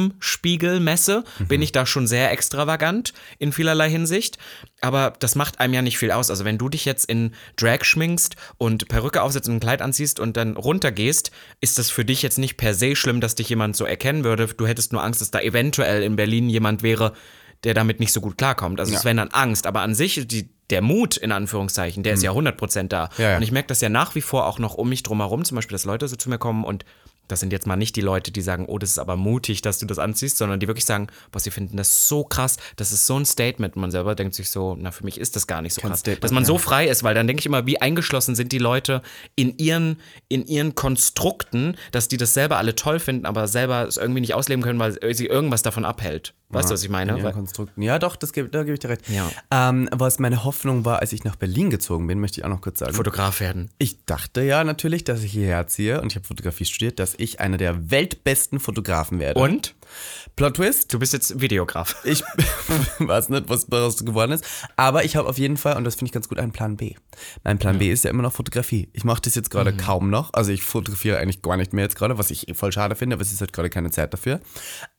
[SPEAKER 1] Normspiegel messe,
[SPEAKER 2] Mhm.
[SPEAKER 1] bin ich da schon sehr extravagant in vielerlei Hinsicht, aber das macht einem ja nicht viel aus. Also wenn du dich jetzt in Drag schminkst und Perücke aufsetzt und ein Kleid anziehst und dann runtergehst, ist das für dich jetzt nicht per se schlimm, dass dich jemand so erkennen würde. Du hättest nur Angst, dass da eventuell in Berlin jemand wäre, der damit nicht so gut klarkommt. Also es wäre dann Angst, aber an sich die, der Mut in Anführungszeichen, der ist ja 100% da.
[SPEAKER 2] Mhm. Ja, ja.
[SPEAKER 1] Und ich merke das ja nach wie vor auch noch um mich drumherum, zum Beispiel, dass Leute so zu mir kommen und das sind jetzt mal nicht die Leute, die sagen, oh, das ist aber mutig, dass du das anziehst, sondern die wirklich sagen, boah, sie finden das so krass, das ist so ein Statement. Man selber denkt sich so, na, für mich ist das gar nicht so krass.
[SPEAKER 2] Statement,
[SPEAKER 1] dass man so frei ist, weil dann denke ich immer, wie eingeschlossen sind die Leute in ihren, in ihren Konstrukten, dass die das selber alle toll finden, aber selber es irgendwie nicht ausleben können, weil sie irgendwas davon abhält. Weißt du, was ich meine?
[SPEAKER 2] Ja,
[SPEAKER 1] Weil-
[SPEAKER 2] Konstrukten. Ja, doch, das gebe, da gebe ich dir recht.
[SPEAKER 1] Ja.
[SPEAKER 2] Ähm, was meine Hoffnung war, als ich nach Berlin gezogen bin, möchte ich auch noch kurz sagen.
[SPEAKER 1] Fotograf werden.
[SPEAKER 2] ich dachte ja natürlich, dass ich hierher ziehe und ich habe Fotografie studiert, dass ich einer der weltbesten Fotografen werde.
[SPEAKER 1] Und?
[SPEAKER 2] Plot Twist,
[SPEAKER 1] Du bist jetzt Videograf.
[SPEAKER 2] ich weiß nicht, was daraus geworden ist, aber ich habe auf jeden Fall, und das finde ich ganz gut, einen Plan B. Mein Plan B ist ja immer noch Fotografie. Ich mache das jetzt gerade kaum noch, also ich fotografiere eigentlich gar nicht mehr jetzt gerade, was ich eh voll schade finde, aber es ist halt gerade keine Zeit dafür.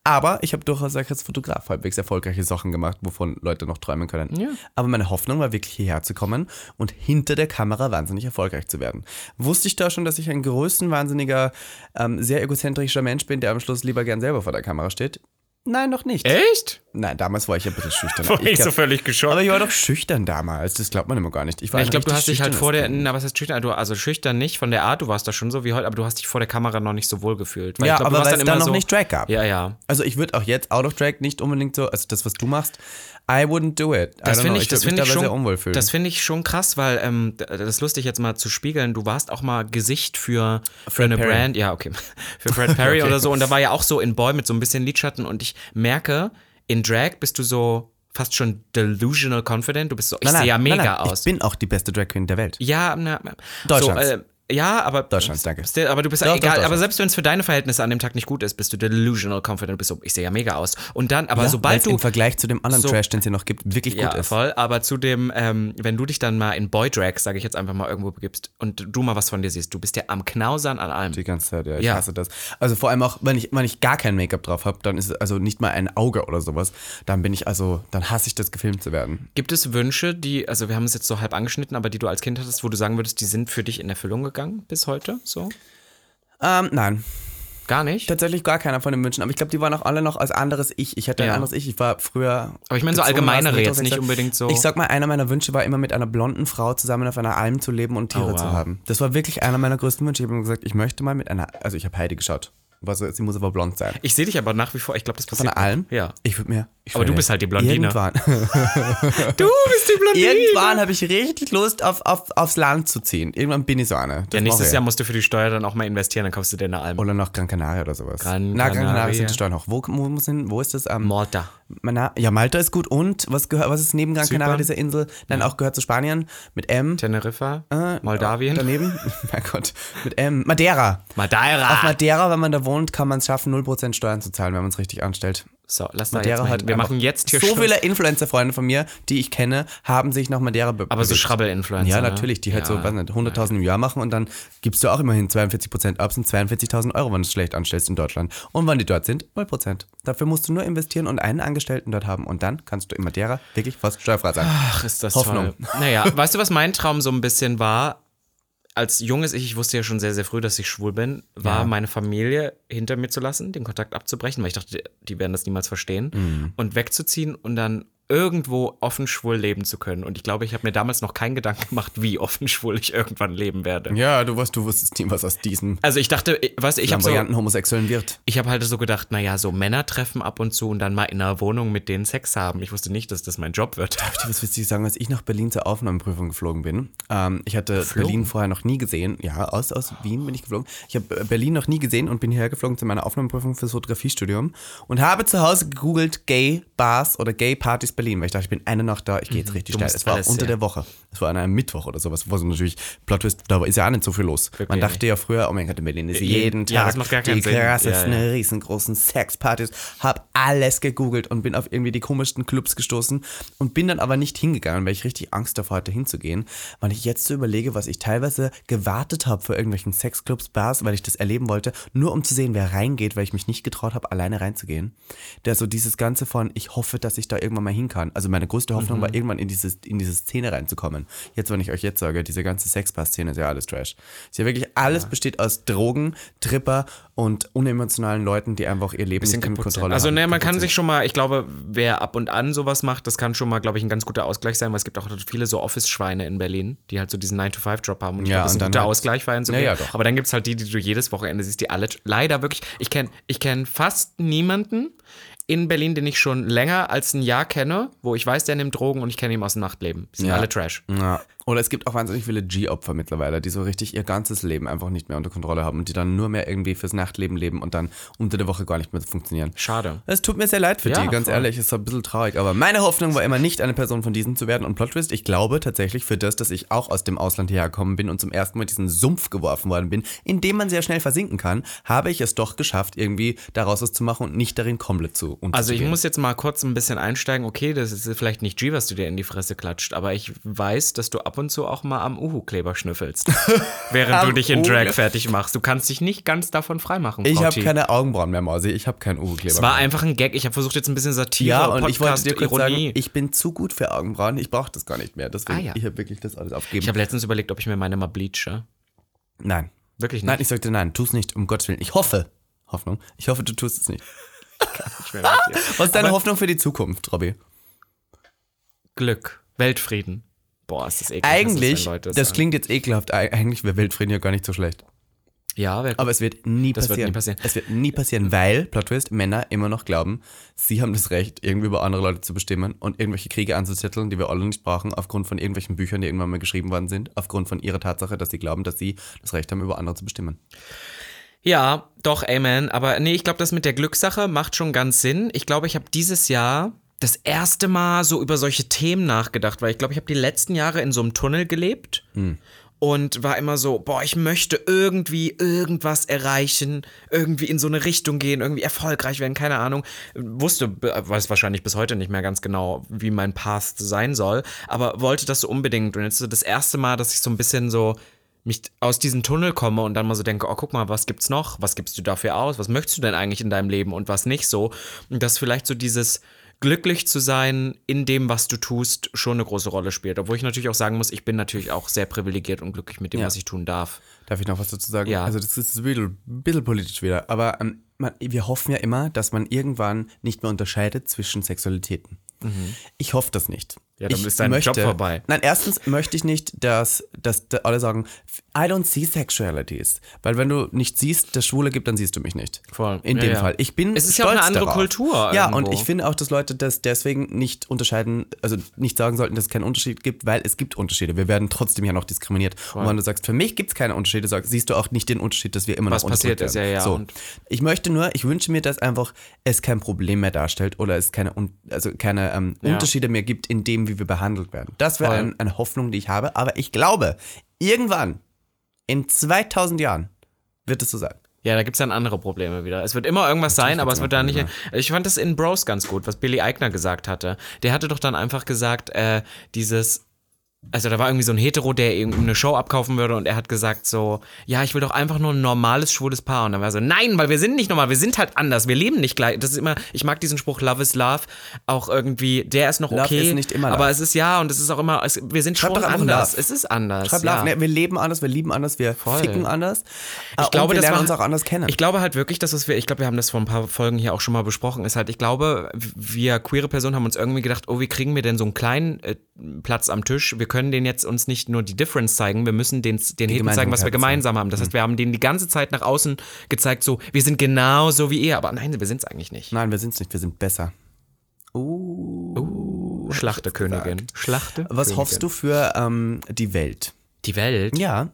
[SPEAKER 2] Aber ich habe durchaus auch als Fotograf halbwegs erfolgreiche Sachen gemacht, wovon Leute noch träumen können. Aber meine Hoffnung war wirklich hierher zu kommen und hinter der Kamera wahnsinnig erfolgreich zu werden. Wusste ich da schon, dass ich ein größten wahnsinniger, ähm, sehr egozentrischer Mensch bin, der am Schluss lieber gern selber vor der Kamera steht? Nein, noch nicht.
[SPEAKER 1] Echt?
[SPEAKER 2] Nein, damals war ich ein bisschen schüchtern.
[SPEAKER 1] War ich, so
[SPEAKER 2] glaub-
[SPEAKER 1] völlig geschockt.
[SPEAKER 2] aber ich war doch schüchtern damals, das glaubt man immer gar nicht. Ich, war
[SPEAKER 1] ich
[SPEAKER 2] ein
[SPEAKER 1] glaube, du
[SPEAKER 2] richtig
[SPEAKER 1] hast dich halt
[SPEAKER 2] schüchternes
[SPEAKER 1] vor der,
[SPEAKER 2] Kind.
[SPEAKER 1] na, was heißt schüchtern? Du, also schüchtern nicht von der Art, du warst da schon so wie heute, aber du hast dich vor der Kamera noch nicht so wohl gefühlt. Weil
[SPEAKER 2] Ja,
[SPEAKER 1] ich glaub,
[SPEAKER 2] aber
[SPEAKER 1] du warst
[SPEAKER 2] weil es dann noch nicht Drag gab.
[SPEAKER 1] Ja, ja.
[SPEAKER 2] Also ich würde auch jetzt out of drag nicht unbedingt so, also das, was du machst, I wouldn't do it. I
[SPEAKER 1] Das
[SPEAKER 2] don't
[SPEAKER 1] finde
[SPEAKER 2] know,
[SPEAKER 1] ich, das
[SPEAKER 2] würd
[SPEAKER 1] finde
[SPEAKER 2] mich
[SPEAKER 1] ich
[SPEAKER 2] dabei
[SPEAKER 1] schon,
[SPEAKER 2] sehr unwohl fühlen.
[SPEAKER 1] das finde ich schon krass, weil ähm, d- das ist lustig jetzt mal zu spiegeln. Du warst auch mal Gesicht für, für eine
[SPEAKER 2] Perry.
[SPEAKER 1] Brand, ja okay, für Fred Perry
[SPEAKER 2] Okay.
[SPEAKER 1] oder so. Und da war ja auch so in Boy mit so ein bisschen Lidschatten. Und ich merke, in Drag bist du so fast schon delusional confident. Du bist so, ich sehe ja mega aus.
[SPEAKER 2] Ich bin auch die beste Drag Queen der Welt.
[SPEAKER 1] Ja, na, na,
[SPEAKER 2] Deutschlands.
[SPEAKER 1] So, äh, ja, aber.
[SPEAKER 2] Deutschlands, danke.
[SPEAKER 1] Still, aber du bist ja
[SPEAKER 2] Doch, doch,
[SPEAKER 1] egal. aber
[SPEAKER 2] Deutschlands.
[SPEAKER 1] selbst wenn es für deine Verhältnisse an dem Tag nicht gut ist, bist du delusional confident. Bist so, ich sehe ja mega aus. Und dann, aber
[SPEAKER 2] Ja, weil's
[SPEAKER 1] also sobald du.
[SPEAKER 2] im Vergleich zu dem anderen
[SPEAKER 1] so-
[SPEAKER 2] Trash, den es hier noch gibt, wirklich
[SPEAKER 1] Ja,
[SPEAKER 2] gut ist.
[SPEAKER 1] voll. Aber zu dem, ähm, wenn du dich dann mal in Boy Drag, sage ich jetzt einfach mal, irgendwo begibst und du mal was von dir siehst, du bist ja am Knausern an allem.
[SPEAKER 2] Die ganze Zeit, ja, ich
[SPEAKER 1] Ja.
[SPEAKER 2] hasse das. Also vor allem auch, wenn ich, wenn ich gar kein Make-up drauf habe, dann ist es also nicht mal ein Auge oder sowas, dann bin ich also, dann hasse ich das, gefilmt zu werden.
[SPEAKER 1] Gibt es Wünsche, die, also wir haben es jetzt so halb angeschnitten, aber die du als Kind hattest, wo du sagen würdest, die sind für dich in Erfüllung gegangen bis heute? So?
[SPEAKER 2] Ähm, nein,
[SPEAKER 1] Gar nicht?
[SPEAKER 2] Tatsächlich gar keiner von den Wünschen, aber ich glaube, die waren auch alle noch als anderes Ich. Ich hatte ein
[SPEAKER 1] Ja.
[SPEAKER 2] anderes Ich. Ich war früher.
[SPEAKER 1] Aber ich meine so
[SPEAKER 2] gezwungenermaßen
[SPEAKER 1] allgemeinere jetzt,
[SPEAKER 2] heterosexuell.
[SPEAKER 1] nicht unbedingt so-
[SPEAKER 2] Ich sag mal, einer meiner Wünsche war immer mit einer blonden Frau zusammen auf einer Alm zu leben und Tiere
[SPEAKER 1] Oh, wow.
[SPEAKER 2] zu haben. Das war wirklich einer meiner größten Wünsche. Ich habe gesagt, ich möchte mal mit einer. Also, ich habe Heidi geschaut. War so, sie muss aber blond sein.
[SPEAKER 1] Ich sehe dich aber nach wie vor, ich glaube, das
[SPEAKER 2] Von
[SPEAKER 1] passiert.
[SPEAKER 2] einer Alm?
[SPEAKER 1] Ja.
[SPEAKER 2] Ich würde mir. Ich
[SPEAKER 1] Aber
[SPEAKER 2] würd
[SPEAKER 1] du
[SPEAKER 2] mir-
[SPEAKER 1] bist halt die Blondine.
[SPEAKER 2] Irgendwann.
[SPEAKER 1] Du bist die Blondine!
[SPEAKER 2] irgendwann habe ich richtig Lust, auf, auf, aufs Land zu ziehen. Irgendwann bin ich so eine. Das
[SPEAKER 1] Ja,
[SPEAKER 2] mach
[SPEAKER 1] nächstes
[SPEAKER 2] ich.
[SPEAKER 1] Jahr musst du für die Steuer dann auch mal investieren, dann kaufst du dir eine Alm.
[SPEAKER 2] Oder nach Gran Canaria oder sowas.
[SPEAKER 1] Gran
[SPEAKER 2] Na, Gran Canaria
[SPEAKER 1] Canaria.
[SPEAKER 2] sind die Steuern hoch. Wo, wo, muss hin- wo ist das? am
[SPEAKER 1] Malta.
[SPEAKER 2] Mana- ja, Malta ist gut. Und was, gehört, was ist neben Gran
[SPEAKER 1] Zypern?
[SPEAKER 2] Canaria, dieser Insel? Nein, auch gehört zu Spanien. Mit M.
[SPEAKER 1] Teneriffa,
[SPEAKER 2] Äh,
[SPEAKER 1] Moldawien,
[SPEAKER 2] Daneben. mein Gott. Mit M. Madeira.
[SPEAKER 1] Madeira.
[SPEAKER 2] Auf Madeira, wenn man da wohnt, kann man es schaffen, 0% Steuern zu zahlen, wenn man es richtig anstellt.
[SPEAKER 1] so, lass da jetzt
[SPEAKER 2] Madeira
[SPEAKER 1] mal
[SPEAKER 2] hat
[SPEAKER 1] hin. Wir
[SPEAKER 2] einfach-
[SPEAKER 1] machen jetzt hier
[SPEAKER 2] So
[SPEAKER 1] Schluss.
[SPEAKER 2] viele Influencer-Freunde von mir, die ich kenne, haben sich nach Madeira be
[SPEAKER 1] Aber so
[SPEAKER 2] bewegt.
[SPEAKER 1] Schrabbel-Influencer.
[SPEAKER 2] Ja,
[SPEAKER 1] ne?
[SPEAKER 2] natürlich, die halt
[SPEAKER 1] Ja.
[SPEAKER 2] so weiß nicht, 100.000 im Jahr machen und dann gibst du auch immerhin 42% ab, sind 42.000 Euro, wenn du es schlecht anstellst in Deutschland. Und wenn die dort sind, 0%. Dafür musst du nur investieren und einen Angestellten dort haben und dann kannst du in Madeira wirklich fast steuerfrei sein.
[SPEAKER 1] Ach, ist das
[SPEAKER 2] Hoffnung.
[SPEAKER 1] toll. Naja, weißt du, was mein Traum so ein bisschen war? Als junges Ich, ich wusste ja schon sehr, sehr früh, dass ich schwul bin, war meine Familie
[SPEAKER 2] Mhm.
[SPEAKER 1] hinter mir zu lassen, den Kontakt abzubrechen, weil ich dachte, die werden das niemals verstehen und wegzuziehen und dann irgendwo offen schwul leben zu können. Und ich glaube, ich habe mir damals noch keinen Gedanken gemacht, wie offen schwul ich irgendwann leben werde.
[SPEAKER 2] Ja, du, weißt, du wusstest nie, was aus diesem
[SPEAKER 1] Also ich dachte, ich- weißt du, ich habe so,
[SPEAKER 2] varianten Homosexuellen wird.
[SPEAKER 1] ich habe halt so gedacht, naja, so Männer treffen ab und zu und dann mal in einer Wohnung mit denen Sex haben. Ich wusste nicht, dass das mein Job wird.
[SPEAKER 2] Darf ich dir was witzig sagen, als ich nach Berlin zur Aufnahmeprüfung geflogen bin? Ähm, ich hatte Berlin vorher noch nie gesehen. Ja, aus, aus Wien bin ich geflogen. Ich habe äh, Berlin noch nie gesehen und bin hierher geflogen zu meiner Aufnahmeprüfung fürs Fotografiestudium und habe zu Hause gegoogelt Gay Bars oder Gay Partys Berlin, weil ich dachte, ich bin eine Nacht da, ich gehe jetzt
[SPEAKER 1] Mhm.
[SPEAKER 2] richtig
[SPEAKER 1] Du
[SPEAKER 2] steil.
[SPEAKER 1] musst
[SPEAKER 2] Es war
[SPEAKER 1] alles
[SPEAKER 2] unter
[SPEAKER 1] sehen.
[SPEAKER 2] der Woche. Es war an einem Mittwoch oder sowas, wo so natürlich Plot Twist, da ist ja auch nicht so viel los. Man
[SPEAKER 1] Wirklich
[SPEAKER 2] dachte ja früher, oh mein Gott, in Berlin ist jeden Tag
[SPEAKER 1] Äh, ja, das macht gar
[SPEAKER 2] die
[SPEAKER 1] keinen Sinn. Ja,
[SPEAKER 2] krassesten
[SPEAKER 1] ja.
[SPEAKER 2] riesengroßen Sexpartys, hab alles gegoogelt und bin auf irgendwie die komischsten Clubs gestoßen und bin dann aber nicht hingegangen, weil ich richtig Angst davor hatte, hinzugehen. Weil ich jetzt so überlege, was ich teilweise gewartet habe vor irgendwelchen Sexclubs, Bars, weil ich das erleben wollte, nur um zu sehen, wer reingeht, weil ich mich nicht getraut habe, alleine reinzugehen. Der so dieses Ganze von, ich hoffe, dass ich da irgendwann mal hin kann. Also meine größte Hoffnung
[SPEAKER 1] Mhm.
[SPEAKER 2] war, irgendwann in diese, in diese Szene reinzukommen. Jetzt, wenn ich euch jetzt sage, diese ganze Sexpass-Szene ist ja alles Trash. Ist ja wirklich, alles besteht aus Drogen, Tripper und unemotionalen Leuten, die einfach ihr Leben nicht in Kontrolle
[SPEAKER 1] Also,
[SPEAKER 2] haben.
[SPEAKER 1] naja, man
[SPEAKER 2] Kaputt
[SPEAKER 1] kann
[SPEAKER 2] sind.
[SPEAKER 1] sich schon mal, ich glaube, wer ab und an sowas macht, das kann schon mal, glaube ich, ein ganz guter Ausgleich sein, weil es gibt auch viele so Office-Schweine in Berlin, die halt so diesen 9-to-5-Job haben. Und ich
[SPEAKER 2] Ja,
[SPEAKER 1] glaube, das ist ein
[SPEAKER 2] und dann
[SPEAKER 1] guter
[SPEAKER 2] halt-
[SPEAKER 1] Ausgleich für einen zu
[SPEAKER 2] Ja, ja,
[SPEAKER 1] gehen.
[SPEAKER 2] doch.
[SPEAKER 1] Aber dann gibt es halt die, die du jedes Wochenende siehst, die alle leider wirklich. Ich kenne ich kenn fast niemanden in Berlin, den ich schon länger als ein Jahr kenne, wo ich weiß, der nimmt Drogen und ich kenne ihn aus dem Nachtleben. Die sind
[SPEAKER 2] Ja.
[SPEAKER 1] alle Trash.
[SPEAKER 2] Ja. Oder es gibt auch wahnsinnig viele G-Opfer mittlerweile, die so richtig ihr ganzes Leben einfach nicht mehr unter Kontrolle haben und die dann nur mehr irgendwie fürs Nachtleben leben und dann unter der Woche gar nicht mehr funktionieren.
[SPEAKER 1] Schade.
[SPEAKER 2] Es tut mir sehr leid für
[SPEAKER 1] Ja,
[SPEAKER 2] die, ganz
[SPEAKER 1] voll.
[SPEAKER 2] ehrlich. Es ist ein bisschen traurig. Aber meine Hoffnung war immer nicht, eine Person von diesen zu werden. Und Plot Twist, ich glaube tatsächlich für das, dass ich auch aus dem Ausland hergekommen bin und zum ersten Mal in diesen Sumpf geworfen worden bin, in dem man sehr schnell versinken kann, habe ich es doch geschafft, irgendwie daraus was zu machen und nicht darin komplett zu
[SPEAKER 1] Also ich
[SPEAKER 2] unterzugehen.
[SPEAKER 1] muss jetzt mal kurz ein bisschen einsteigen. Okay, das ist vielleicht nicht G, was du dir in die Fresse klatscht, aber ich weiß, dass du ab und zu auch mal am Uhu-Kleber schnüffelst, während du
[SPEAKER 2] Am
[SPEAKER 1] dich in Drag
[SPEAKER 2] Uhu.
[SPEAKER 1] fertig machst. Du kannst dich nicht ganz davon freimachen.
[SPEAKER 2] Ich
[SPEAKER 1] Frau
[SPEAKER 2] habe
[SPEAKER 1] T.
[SPEAKER 2] keine Augenbrauen mehr, Mausi. Ich habe keinen Uhu-Kleber.
[SPEAKER 1] Es war einfach ein Gag. Ich habe versucht jetzt ein bisschen Satire,
[SPEAKER 2] Ja, und ich wollte
[SPEAKER 1] Podcast,
[SPEAKER 2] dir kurz
[SPEAKER 1] Ironie.
[SPEAKER 2] sagen, ich bin zu gut für Augenbrauen. Ich brauche das gar nicht mehr. Deswegen,
[SPEAKER 1] Ah, ja.
[SPEAKER 2] ich habe wirklich das alles aufgegeben.
[SPEAKER 1] ich habe letztens überlegt, ob ich mir meine mal bleache.
[SPEAKER 2] nein.
[SPEAKER 1] Wirklich nicht.
[SPEAKER 2] Nein, ich sagte nein. Tu es nicht, um Gottes Willen. Ich hoffe. Hoffnung. Ich hoffe, du tust es nicht.
[SPEAKER 1] Ich bin mit dir.
[SPEAKER 2] Was ist deine Hoffnung für die Zukunft, Robby?
[SPEAKER 1] Glück, Weltfrieden. Boah, ist das eklig. dass
[SPEAKER 2] Eigentlich,
[SPEAKER 1] das, wenn Leute
[SPEAKER 2] das,
[SPEAKER 1] sagen.
[SPEAKER 2] klingt jetzt ekelhaft, eig- eigentlich wäre Wildfrieden ja gar nicht so schlecht.
[SPEAKER 1] Ja, wer
[SPEAKER 2] Aber es wird nie
[SPEAKER 1] Das wird
[SPEAKER 2] passieren.
[SPEAKER 1] nie passieren.
[SPEAKER 2] Es wird nie passieren, weil, Plot Twist, Männer immer noch glauben, sie haben das Recht, irgendwie über andere Leute zu bestimmen und irgendwelche Kriege anzuzetteln, die wir alle nicht brauchen, aufgrund von irgendwelchen Büchern, die irgendwann mal geschrieben worden sind, aufgrund von ihrer Tatsache, dass sie glauben, dass sie das Recht haben, über andere zu bestimmen.
[SPEAKER 1] Ja, doch, Amen. Aber nee, ich glaube, das mit der Glückssache macht schon ganz Sinn. Ich glaube, ich habe dieses Jahr das erste Mal so über solche Themen nachgedacht, weil ich glaube, ich habe die letzten Jahre in so einem Tunnel gelebt und war immer so, boah, ich möchte irgendwie irgendwas erreichen, irgendwie in so eine Richtung gehen, irgendwie erfolgreich werden, keine Ahnung. Wusste, be- weiß wahrscheinlich bis heute nicht mehr ganz genau, wie mein Path sein soll, aber wollte das so unbedingt. Und jetzt so das erste Mal, dass ich so ein bisschen so mich aus diesem Tunnel komme und dann mal so denke, oh, guck mal, was gibt's noch? Was gibst du dafür aus? Was möchtest du denn eigentlich in deinem Leben und was nicht so? Und dass vielleicht so dieses glücklich zu sein in dem, was du tust, schon eine große Rolle spielt. Obwohl ich natürlich auch sagen muss, ich bin natürlich auch sehr privilegiert und glücklich mit dem, was ich tun darf.
[SPEAKER 2] Darf ich noch was dazu sagen?
[SPEAKER 1] Ja.
[SPEAKER 2] Also das ist ein bisschen, bisschen politisch wieder, aber ähm, man, wir hoffen ja immer, dass man irgendwann nicht mehr unterscheidet zwischen Sexualitäten. Ich hoffe das nicht.
[SPEAKER 1] Mhm. Ja, dann
[SPEAKER 2] ich
[SPEAKER 1] ist dein Job vorbei.
[SPEAKER 2] Nein, erstens möchte ich nicht, dass, dass da alle sagen, I don't see sexualities. Weil wenn du nicht siehst, dass Schwule gibt, dann siehst du mich nicht.
[SPEAKER 1] Voll.
[SPEAKER 2] In
[SPEAKER 1] Ja,
[SPEAKER 2] dem
[SPEAKER 1] ja.
[SPEAKER 2] Fall. Ich bin
[SPEAKER 1] Es ist ja auch
[SPEAKER 2] stolz
[SPEAKER 1] eine andere
[SPEAKER 2] darauf.
[SPEAKER 1] Kultur
[SPEAKER 2] Ja,
[SPEAKER 1] irgendwo.
[SPEAKER 2] und ich finde auch, dass Leute das deswegen nicht unterscheiden, also nicht sagen sollten, dass es keinen Unterschied gibt, weil es gibt Unterschiede. Wir werden trotzdem ja noch diskriminiert. Und wenn du sagst, für mich gibt es keine Unterschiede, sagst, siehst du auch nicht den Unterschied, dass wir immer
[SPEAKER 1] Was
[SPEAKER 2] noch unterdrückt
[SPEAKER 1] passiert ist,
[SPEAKER 2] werden.
[SPEAKER 1] ja, ja,
[SPEAKER 2] So.
[SPEAKER 1] und-
[SPEAKER 2] Ich möchte nur, ich wünsche mir, dass einfach es kein Problem mehr darstellt oder es keine, Un- also keine ähm, Unterschiede mehr gibt in dem, wie wir behandelt werden. Das wäre
[SPEAKER 1] Voll.
[SPEAKER 2] ein, eine Hoffnung, die ich habe. Aber ich glaube, irgendwann, in 2000 Jahren, wird es so sein.
[SPEAKER 1] Ja, da gibt's dann andere Probleme wieder. Es wird immer irgendwas sein, aber es wird da nicht. Ich fand das in Bros ganz gut, was Billy Eigner gesagt hatte. Der hatte doch dann einfach gesagt, äh, dieses. also da war irgendwie so ein Hetero, der ihm eine Show abkaufen würde und er hat gesagt so, ja, ich will doch einfach nur ein normales, schwules Paar. Und dann war er so, nein, weil wir sind nicht normal, wir sind halt anders, wir leben nicht gleich. Das ist immer, ich mag diesen Spruch, Love is Love, auch irgendwie, der ist noch
[SPEAKER 2] Love
[SPEAKER 1] okay.
[SPEAKER 2] ist nicht immer
[SPEAKER 1] aber
[SPEAKER 2] Love.
[SPEAKER 1] es ist ja und es ist auch immer, es, wir sind
[SPEAKER 2] Schreib
[SPEAKER 1] schon
[SPEAKER 2] doch einfach
[SPEAKER 1] anders.
[SPEAKER 2] Love.
[SPEAKER 1] Es ist anders.
[SPEAKER 2] Schreib
[SPEAKER 1] ja.
[SPEAKER 2] Love. Ne, wir leben anders, wir lieben anders, wir ficken anders. Äh,
[SPEAKER 1] Ich glaube,
[SPEAKER 2] und wir
[SPEAKER 1] das
[SPEAKER 2] lernen
[SPEAKER 1] war,
[SPEAKER 2] uns auch anders kennen.
[SPEAKER 1] Ich glaube halt wirklich, dass was wir, ich glaube, wir haben das vor ein paar Folgen hier auch schon mal besprochen, ist halt, ich glaube, wir queere Personen haben uns irgendwie gedacht, oh, wie kriegen wir denn so einen kleinen äh, Platz am Tisch? Wir können den jetzt uns nicht nur die Difference zeigen, wir müssen den, den Heten zeigen, was wir
[SPEAKER 2] Gemeinsamkeit Mhm.
[SPEAKER 1] gemeinsam haben. Das heißt, wir haben denen die ganze Zeit nach außen gezeigt, so, wir sind genauso wie ihr, aber nein, wir sind es eigentlich nicht.
[SPEAKER 2] Nein, wir sind's nicht, wir sind besser.
[SPEAKER 1] Schlachtekönigin. Schlachte.
[SPEAKER 2] Was hoffst du für ähm, die Welt?
[SPEAKER 1] Die Welt.
[SPEAKER 2] Ja.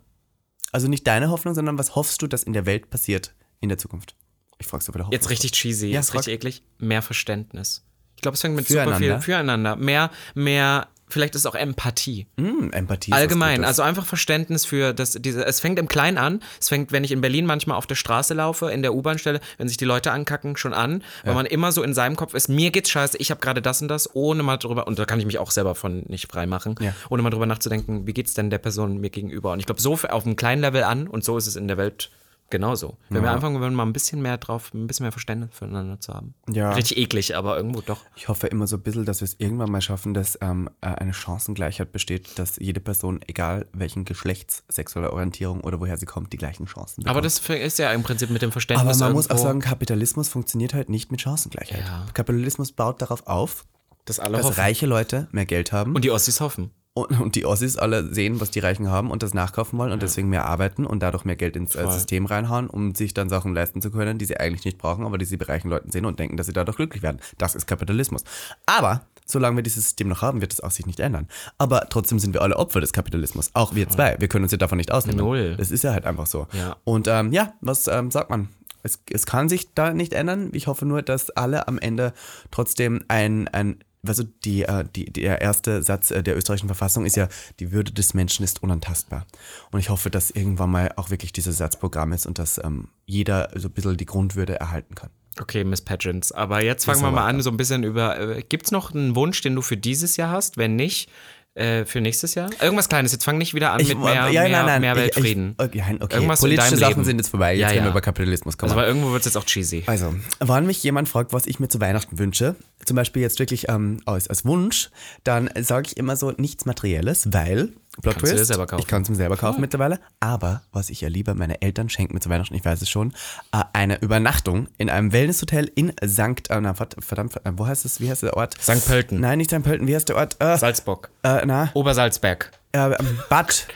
[SPEAKER 2] Also nicht deine Hoffnung, sondern was hoffst du, dass in der Welt passiert in der Zukunft? Ich frage so wieder
[SPEAKER 1] Jetzt richtig cheesy,
[SPEAKER 2] Ja,
[SPEAKER 1] jetzt
[SPEAKER 2] frag-
[SPEAKER 1] richtig eklig. Mehr Verständnis. Ich glaube, es fängt mit super
[SPEAKER 2] Füreinander.
[SPEAKER 1] viel füreinander. Mehr, mehr, vielleicht ist es auch Empathie.
[SPEAKER 2] Hm, Empathie. ist was
[SPEAKER 1] Allgemein,
[SPEAKER 2] Gutes.
[SPEAKER 1] also einfach Verständnis für das, diese, es fängt im Kleinen an, es fängt, wenn ich in Berlin manchmal auf der Straße laufe, in der U-Bahn-Stelle, wenn sich die Leute ankacken, schon an, weil man immer so in seinem Kopf ist, mir geht's scheiße, ich habe gerade das und das, ohne mal drüber, und da kann ich mich auch selber von nicht frei machen,
[SPEAKER 2] Ja.
[SPEAKER 1] ohne mal drüber nachzudenken, wie geht's denn der Person mir gegenüber? Und ich glaube, so f- auf einem kleinen Level an und so ist es in der Welt genauso. Wenn wir anfangen würden, mal ein bisschen mehr drauf, ein bisschen mehr Verständnis füreinander zu haben.
[SPEAKER 2] Ja.
[SPEAKER 1] Richtig eklig, aber irgendwo doch.
[SPEAKER 2] Ich hoffe immer so ein bisschen, dass wir es irgendwann mal schaffen, dass ähm, äh, eine Chancengleichheit besteht, dass jede Person, egal welchen Geschlechts, sexueller Orientierung oder woher sie kommt, die gleichen Chancen
[SPEAKER 1] Aber
[SPEAKER 2] bekommt.
[SPEAKER 1] das ist ja im Prinzip mit dem
[SPEAKER 2] Aber man
[SPEAKER 1] Verständnis
[SPEAKER 2] muss auch
[SPEAKER 1] Also irgendwo,
[SPEAKER 2] sagen, Kapitalismus funktioniert halt nicht mit Chancengleichheit.
[SPEAKER 1] Ja.
[SPEAKER 2] Kapitalismus baut darauf auf,
[SPEAKER 1] dass alle
[SPEAKER 2] dass
[SPEAKER 1] hoffen.
[SPEAKER 2] reiche Leute mehr Geld haben
[SPEAKER 1] und die Ossis hoffen.
[SPEAKER 2] und, und die Ossis alle sehen, was die Reichen haben und das nachkaufen wollen und deswegen mehr arbeiten und dadurch mehr Geld ins äh, System reinhauen, um sich dann Sachen leisten zu können, die sie eigentlich nicht brauchen, aber die sie bei reichen Leuten sehen und denken, dass sie dadurch glücklich werden. Das ist Kapitalismus. Aber solange wir dieses System noch haben, wird es auch sich nicht ändern. Aber trotzdem sind wir alle Opfer des Kapitalismus. Auch wir zwei. Wir können uns ja davon nicht ausnehmen.
[SPEAKER 1] Null.
[SPEAKER 2] Das ist ja halt einfach so.
[SPEAKER 1] Ja.
[SPEAKER 2] Und ähm, ja, was ähm, sagt man? Es, es kann sich da nicht ändern. Ich hoffe nur, dass alle am Ende trotzdem ein, ein also die, äh, die, der erste Satz äh, der österreichischen Verfassung ist ja, die Würde des Menschen ist unantastbar. Und ich hoffe, dass irgendwann mal auch wirklich dieser Satz Programm ist und dass ähm, jeder so ein bisschen die Grundwürde erhalten kann.
[SPEAKER 1] Okay, Miss Pageants. Aber jetzt fangen
[SPEAKER 2] Müssen
[SPEAKER 1] wir
[SPEAKER 2] wir
[SPEAKER 1] mal an, so ein bisschen über. Äh, Gibt es noch einen Wunsch, den du für dieses Jahr hast? Wenn nicht, äh, für nächstes Jahr? Irgendwas Kleines. Jetzt fang nicht wieder an mit mehr,
[SPEAKER 2] äh, ja,
[SPEAKER 1] mehr,
[SPEAKER 2] nein, nein,
[SPEAKER 1] mehr
[SPEAKER 2] ich- äh,
[SPEAKER 1] Weltfrieden.
[SPEAKER 2] Ich, okay, nein, okay.
[SPEAKER 1] Irgendwas in
[SPEAKER 2] Politische
[SPEAKER 1] deinem
[SPEAKER 2] Sachen
[SPEAKER 1] Leben.
[SPEAKER 2] sind jetzt vorbei. Jetzt
[SPEAKER 1] Ja,
[SPEAKER 2] reden
[SPEAKER 1] ja.
[SPEAKER 2] wir über Kapitalismus. Komm
[SPEAKER 1] also,
[SPEAKER 2] mal.
[SPEAKER 1] weil irgendwo wird es jetzt auch cheesy.
[SPEAKER 2] Also, wenn mich jemand fragt, was ich mir zu Weihnachten wünsche, zum Beispiel jetzt wirklich ähm, als, als Wunsch, dann sage ich immer so nichts Materielles, weil Plot
[SPEAKER 1] Kannst du dir
[SPEAKER 2] Twist,
[SPEAKER 1] selber kaufen.
[SPEAKER 2] ich kann es mir selber kaufen mittlerweile, aber was ich ja lieber, meine Eltern schenken mir zu Weihnachten, ich weiß es schon, äh, eine Übernachtung in einem Wellnesshotel in Sankt, äh, na, verd- verdammt, äh, wo heißt es, wie heißt der Ort?
[SPEAKER 1] St. Pölten.
[SPEAKER 2] Nein, nicht St. Pölten, wie heißt der Ort? Äh,
[SPEAKER 1] Salzburg.
[SPEAKER 2] äh, na,
[SPEAKER 1] Obersalzberg.
[SPEAKER 2] äh, Bad,